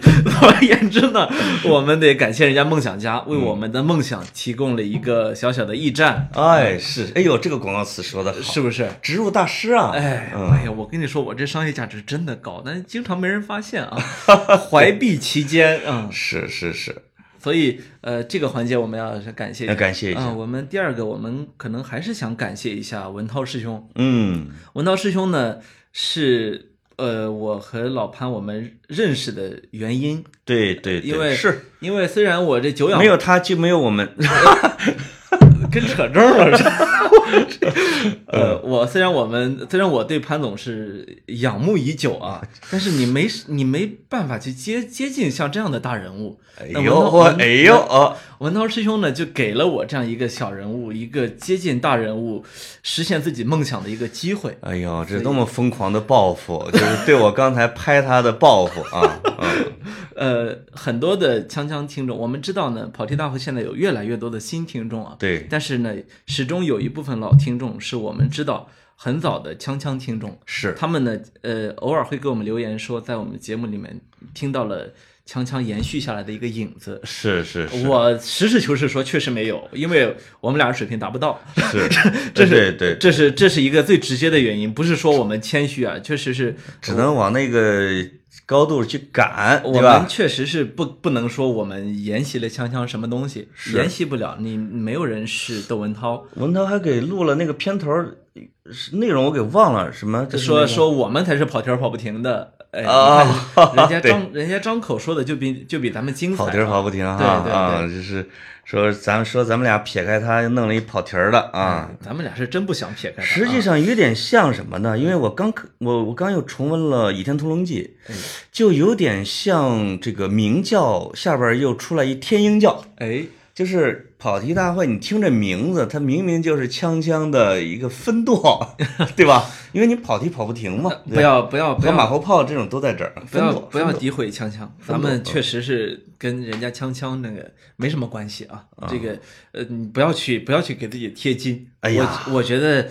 总而言之呢，我们得感谢人家梦想家
嗯
为我们的梦想提供了一个小小的驿站，
哎是，哎呦，这个广告词说的好，
是不是？
植入大师啊，
哎，
嗯
哎呀，我跟你说，我这商业价值真的高，但经常没人发现啊。 怀璧其间，嗯，
是是是，
所以呃，这个环节我们要是感谢一下
要感谢一下
啊我们第二个，我们可能还是想感谢一下文涛师兄。
嗯
文涛师兄呢是呃，我和老潘我们认识的原因，
对对
因为
对，是
因为虽然我这久仰
没有他就没有 我们，
跟扯证了是吧。 呃，我虽然我们虽然我对潘总是仰慕已久啊，但是你没你没办法去接接近像这样的大人物。
哎
那文
呦
涛
我哎呦，哦，
文涛师兄呢就给了我这样一个小人物，一个接近大人物、实现自己梦想的一个机会。
哎呦，这多么疯狂的报复，就是对我刚才拍他的报复啊，嗯
呃，很多的锵锵听众，我们知道呢，跑题大会现在有越来越多的新听众啊，
对
但是呢，始终有一部分老听众是我们知道很早的锵锵听众，
是
他们呢，呃，偶尔会给我们留言说，在我们节目里面听到了锵锵延续下来的一个影子。
是是是。
我实事求是说，确实没有，因为我们俩水平达不 到，
是，
这
对
是
对，
这是这是一个最直接的原因，不是说我们谦虚啊，确实是
只能往那个高度去赶，
我
对
们
吧？
确实是不不能说我们研习了锵锵什么东西，研习不了。你没有人是窦文涛，
文涛还给录了那个片头儿，是内容我给忘了，什么就是
说
那个
说我们才是跑题儿跑不停的。哎，
啊
你看人家
对
张人家张口说的就比就比咱们精彩。啊
跑题儿跑不停哈
对对
啊，就是说咱们说咱们俩撇开他，弄了一跑题儿的啊。
啊，咱们俩是真不想撇开它啊。
实际上有点像什么呢？因为我刚我我刚又重温了《倚天屠龙记》，
嗯
就有点像这个明教下边儿又出来一天鹰教，
哎，
就是跑题大会，你听这名字，它明明就是锵锵的一个分舵， 对吧？因为你跑题跑不停嘛，
呃不要不要不
和马
要
后炮这种都在这儿，
不
分
要
舵
不要
分舵
诋毁锵锵，
分嗯
咱
舵
们确实是跟人家锵锵那个没什么关系啊。
嗯
这个呃，你不要去不要去给自己贴金。
哎呀
我我觉得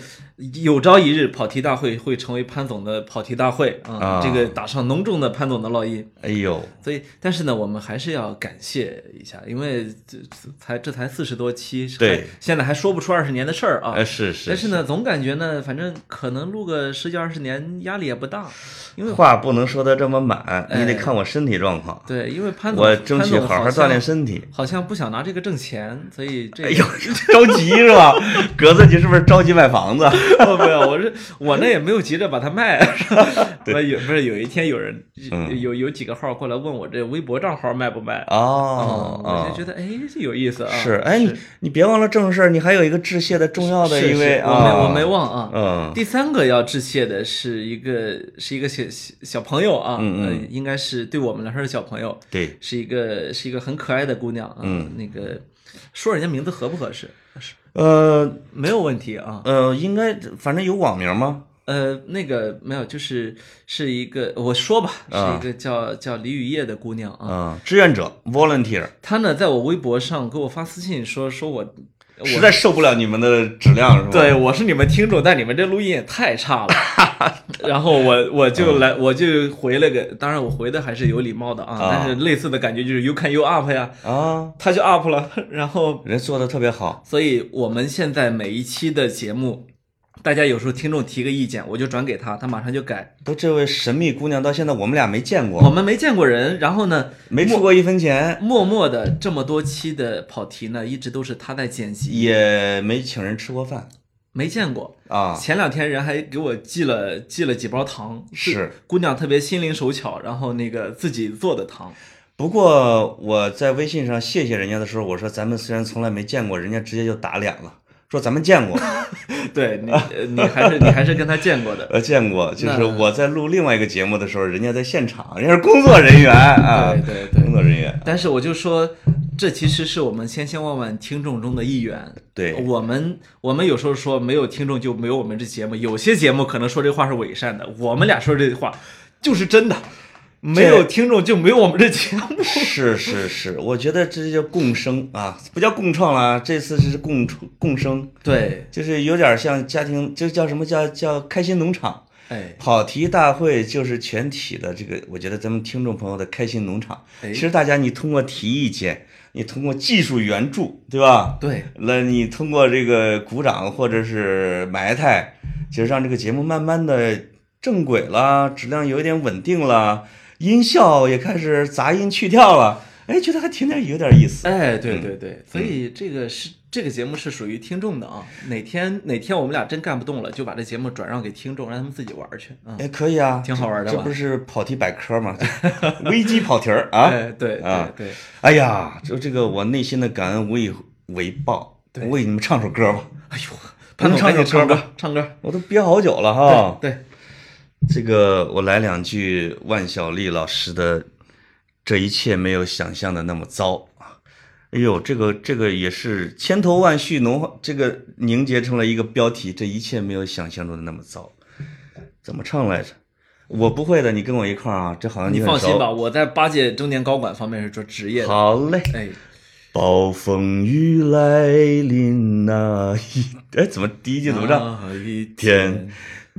有朝一日跑题大会会成为潘总的跑题大会
啊
啊，这个打上浓重的潘总的烙印。
哎呦，
所以，但是呢，我们还是要感谢一下，因为这这才这才四十多期，
对
还，现在还说不出二十年的事儿啊。
哎是是
但是呢，总感觉呢，反正可能录个十几二十年，压力也不大，因为
话不能说的这么满，你得
哎
看我身体状况，
对，因为潘总，
我争取
潘总
好
好
好锻炼
像，
身体。
好像不想拿这个挣钱，所以这
哎呦， 着急是吧？格子，你是不是着急买房子？
哦 没有，我是我那也没有急着把它卖。 不是有不是有一天有人
嗯
有有几个号过来问我这微博账号卖不卖？
哦
我就
哦
觉得哎，这有意思啊。
是，哎，你你别忘了正事儿，你还有一个致谢的重要的
是
一
是
位
我没
啊，
我没忘啊。
嗯，
第三个要致谢的是一个是一个小小小朋友啊，
嗯嗯
呃应该是对我们来说是小朋友，
对，
是一个是一个很可爱的姑娘啊。
嗯
那个说人家名字合不合适是
呃，
没有问题啊。
呃，应该反正有网名吗？
呃，那个没有，就是是一个我说吧，
啊
是一个叫、叫李雨夜的姑娘啊。
啊、志愿者 volunteer，
她呢，在我微博上给我发私信说说我我
实在受不了你们的质量是吧？
对，我是你们听众，但你们这录音也太差 了。然后我我就来，我就回了个，当然我回的还是有礼貌的啊，
啊
但是类似的感觉就是 you can you up 呀，
啊，
他就 up 了。 然后，
人做的特别好，
所以我们现在每一期的节目，大家有时候听众提个意见，我就转给他，他马上就改。
都这位神秘姑娘到现在我们俩没见
我
过，
们没见过人，然后呢，
没出过一分钱，
默默的这么多期的跑题呢，一直都是他在剪辑，
也没请人吃过饭
没见过。
啊。
前两天人还给我寄了寄了几包糖，
是
姑娘特别心灵手巧，然后那个自己做的糖，
不过我在微信上谢谢人家的时候，我说咱们虽然从来没见过，人家直接就打脸了，说咱 们见过，
对你呃你还是你还是跟她见过的，
呃，见过。就是
那
我在录另外一个节目的时候，人家在现场，人家是工作人员啊，
对对对
工作人员。
但是我就说这其实是我们千千万万听众中的一员。
对
我们，我们有时候说没有听众就没有我们这节目，有些节目可能说这话是伪善的，我们俩说这话就是真的。没有听众就没有我们这节目。
是是是，我觉得这叫共生啊，不叫共创了，这次是共创共生，
对，
就是有点像家庭，这叫什么叫叫开心农场。
哎，
跑题大会就是全体的这个，我觉得咱们听众朋友的开心农场。
哎
其实大家你通过提意见，你通过技术援助，对吧？
对，
那你通过这个鼓掌或者是埋汰，就让这个节目慢慢的正轨啦，质量有一点稳定啦，音效也开始杂音去掉了，哎，觉得还挺点有点意思。
哎，对对对，所以这个是这个节目是属于听众的啊。哪天哪天我们俩真干不动了，就把这节目转让给听众，让他们自己玩儿去啊。
哎，可以啊，
挺好玩的
这
吧
不是跑题百科吗？危机跑题儿啊！
哎，对对
啊
对，
哎呀，就这个我内心的感恩无以为报。
对
我为你们唱首歌吧，
哎呦，潘总
唱
赶紧
首
唱
歌
歌，啊唱歌。
我都憋好久了哈。
对，
这个我来两句万晓利老师的《这一切没有想象的那么糟》啊。哎呦，这个这个也是千头万绪浓化，这个凝结成了一个标题，这一切没有想象中的那么糟。怎么唱来着？我不会的，你跟我一块儿啊，这好像
你
很
放
熟。
心吧，我在八届中年高管方面是做职业的。
好嘞。
哎，
暴风雨来临那一，哎，怎么第一句怎么唱？
啊一
天，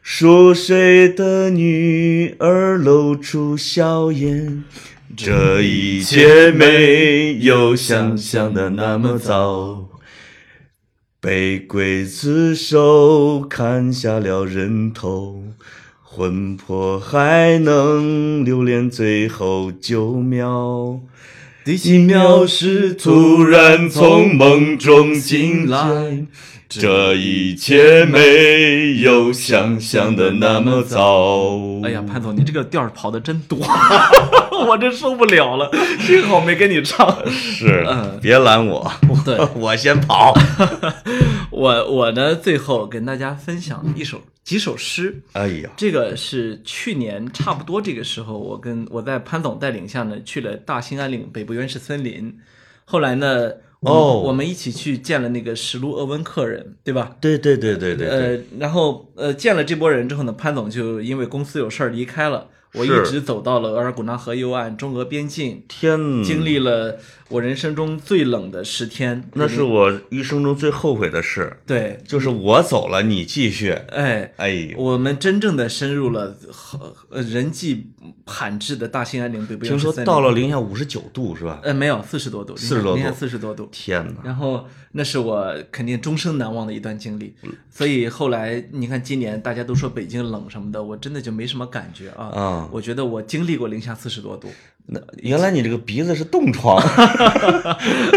熟睡的女儿露出笑颜，这一切没有想象的那么糟。被刽子手砍下了人头，魂魄还能留恋最后九秒。
第
几秒是突然从梦中醒来，这一切没有想象的那么糟。
哎呀，潘总，你这个调儿跑的真多， 我真受不了了。幸好没跟你唱。
是
嗯，
别拦我，
对
我先跑。
我我呢，最后跟大家分享一首几首诗。
哎呀，
这个是去年差不多这个时候，我跟我在潘总带领下呢，去了大兴安岭北部原始森林。后来呢，我们
哦
我们一起去见了那个石卢鄂温克人，对吧？
对对对对对对，
呃，然后呃，见了这波人之后呢，潘总就因为公司有事儿离开了。我一
是
直走到了额尔古纳河右岸中俄边境，
天，
经历了我人生中最冷的十天。
那是我一生中最后悔的事，
对，
就是我走了，你继续。
哎，
哎呦，
我们真正的深入了和呃人迹罕至的大兴安岭北部原
听
始
说
森林。
到了零下五十九度是吧？
呃，没有四十多度，
40多度
四十多度。
天哪！
然后那是我肯定终生难忘的一段经历，
嗯
所以后来你看今年大家都说北京冷什么的，我真的就没什么感觉啊。
啊
我觉得我经历过零下四十多度，
那原来你这个鼻子是冻 疮。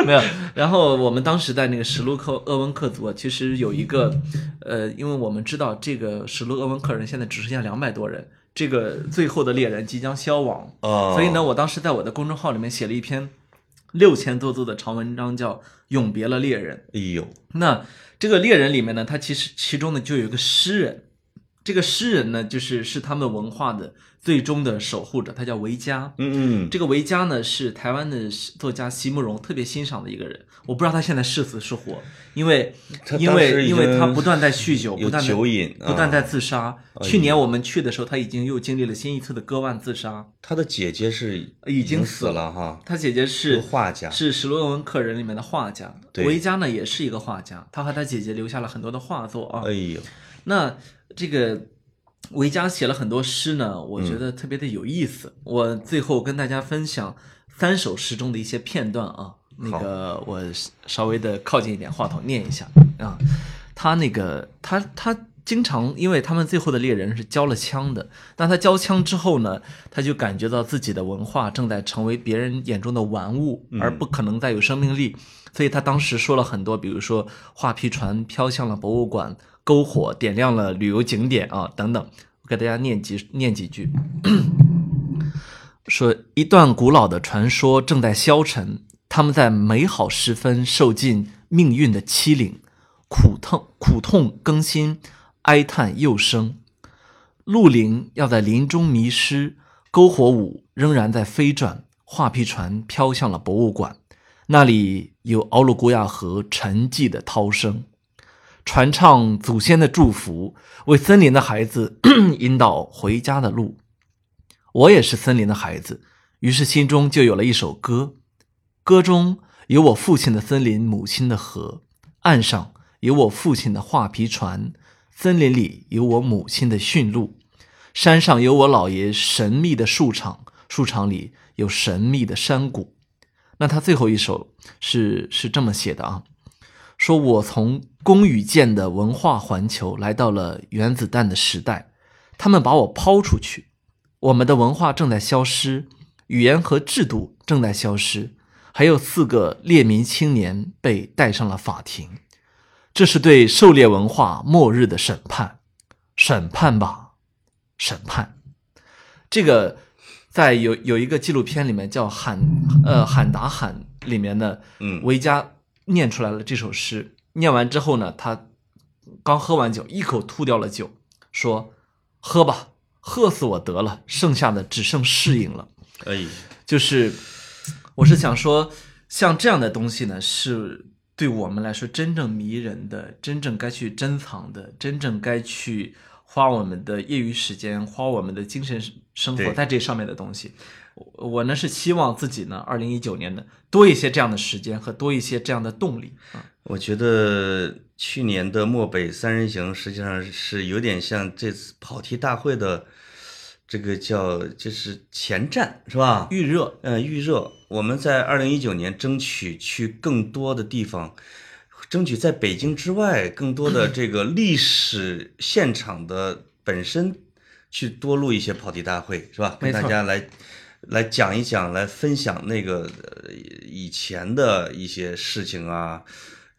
没有。然后我们当时在那个史卢克鄂温克族啊，其实有一个，呃，因为我们知道这个史卢鄂温克人现在只剩下两百多人，这个最后的猎人即将消亡，
哦，
所以呢，，我当时在我的公众号里面写了一篇六千多字的长文章，叫《永别了猎人》。
哎呦，
那这个猎人里面呢，他其实其中呢就有一个诗人，这个诗人呢就是是他们文化的最终的守护者，他叫维嘉。
嗯嗯，
这个维嘉呢是台湾的作家席慕容特别欣赏的一个人，我不知道他现在是死是活，因为
他
因
当时
为
已
因为他
经
不断在酗酒，不
有
断地
酒瘾，
不断
啊
在自杀。去年我们去的时候，他已经又经历了新一次的割腕自杀。
他的姐姐是
已经
死了哈，
他姐姐
是
是
个画家。
是史罗文克人里面的画家，
对
维嘉呢也是一个画家，他和他姐姐留下了很多的画作啊。
哎呦，
那这个维嘉写了很多诗呢，我觉得特别的有意思。我最后跟大家分享三首诗中的一些片段啊，那个我稍微的靠近一点话筒念一下啊。他那个他他经常，因为他们最后的猎人是交了枪的，但他交枪之后呢，他就感觉到自己的文化正在成为别人眼中的玩物，而不可能再有生命力。所以他当时说了很多，比如说画皮船飘向了博物馆，篝火点亮了旅游景点啊等等。我给大家念几念几句，说一段古老的传说正在消沉，他们在美好时分受尽命运的欺凌，苦痛苦痛更新，哀叹又生。鹿林要在林中迷失，篝火舞仍然在飞转，画皮船飘向了博物馆，那里有敖鲁古亚河沉寂的涛声，传唱祖先的祝福，为森林的孩子 引导回家的路。我也是森林的孩子，于是心中就有了一首歌，歌中有我父亲的森林，母亲的河，岸上有我父亲的画皮船。森林里有我母亲的驯鹿，山上有我姥爷神秘的树场，树场里有神秘的山谷。那他最后一首是是这么写的啊，说我从公与建的文化环球来到了原子弹的时代，他们把我抛出去，我们的文化正在消失，语言和制度正在消失，还有四个列民青年被带上了法庭。这是对狩猎文化末日的审判，审判吧，审判。这个在有有一个纪录片里面叫《喊呃喊打喊》里面的，
嗯
维嘉念出来了这首诗。念完之后呢，他刚喝完酒，一口吐掉了酒，说：“喝吧，喝死我得了，剩下的只剩适应了。”
哎，
就是我是想说，像这样的东西呢，是对我们来说真正迷人的、真正该去珍藏的、真正该去花我们的业余时间、花我们的精神生活
对
在这上面的东西。我我呢是希望自己呢，二零一九年呢多一些这样的时间和多一些这样的动力。啊
我觉得去年的漠北三人行实际上是有点像这次跑题大会的这个叫就是前站是吧？
预热，
呃，预热，我们在二零一九年争取去更多的地方，争取在北京之外更多的这个历史现场的本身去多录一些跑题大会，是吧？
没
跟大
错
家来来讲一讲，来分享那个呃以前的一些事情啊，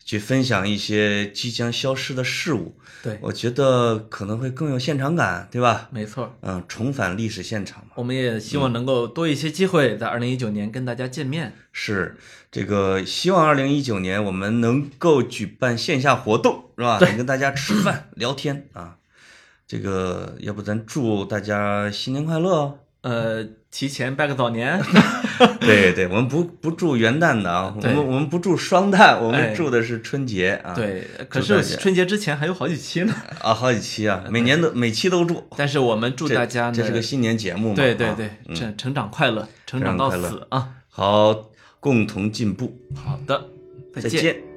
去分享一些即将消失的事物，
对，
我觉得可能会更有现场感，对吧？
没错。
嗯、重返历史现场嘛。
我们也希望能够多一些机会，在二零一九年跟大家见面。
是这个，希望二零一九年我们能够举办线下活动，是吧？能跟大家吃饭聊天啊。这个，要不咱祝大家新年快乐、 哦？
呃，提前拜个早年。
对对，我们不不祝元旦的啊，我
对
们我们不祝双旦，我
哎
们祝的是春节啊。
对，可
祝大
是
家
春节之前还有好几期呢。
啊，好几期啊，每年都每期都祝。
但是我们祝
这
大家呢，
这是个新年节目嘛？
对对
啊
对，成成长快嗯乐，成长到
成长快乐
死啊！
好，共同进步，
好的，
再见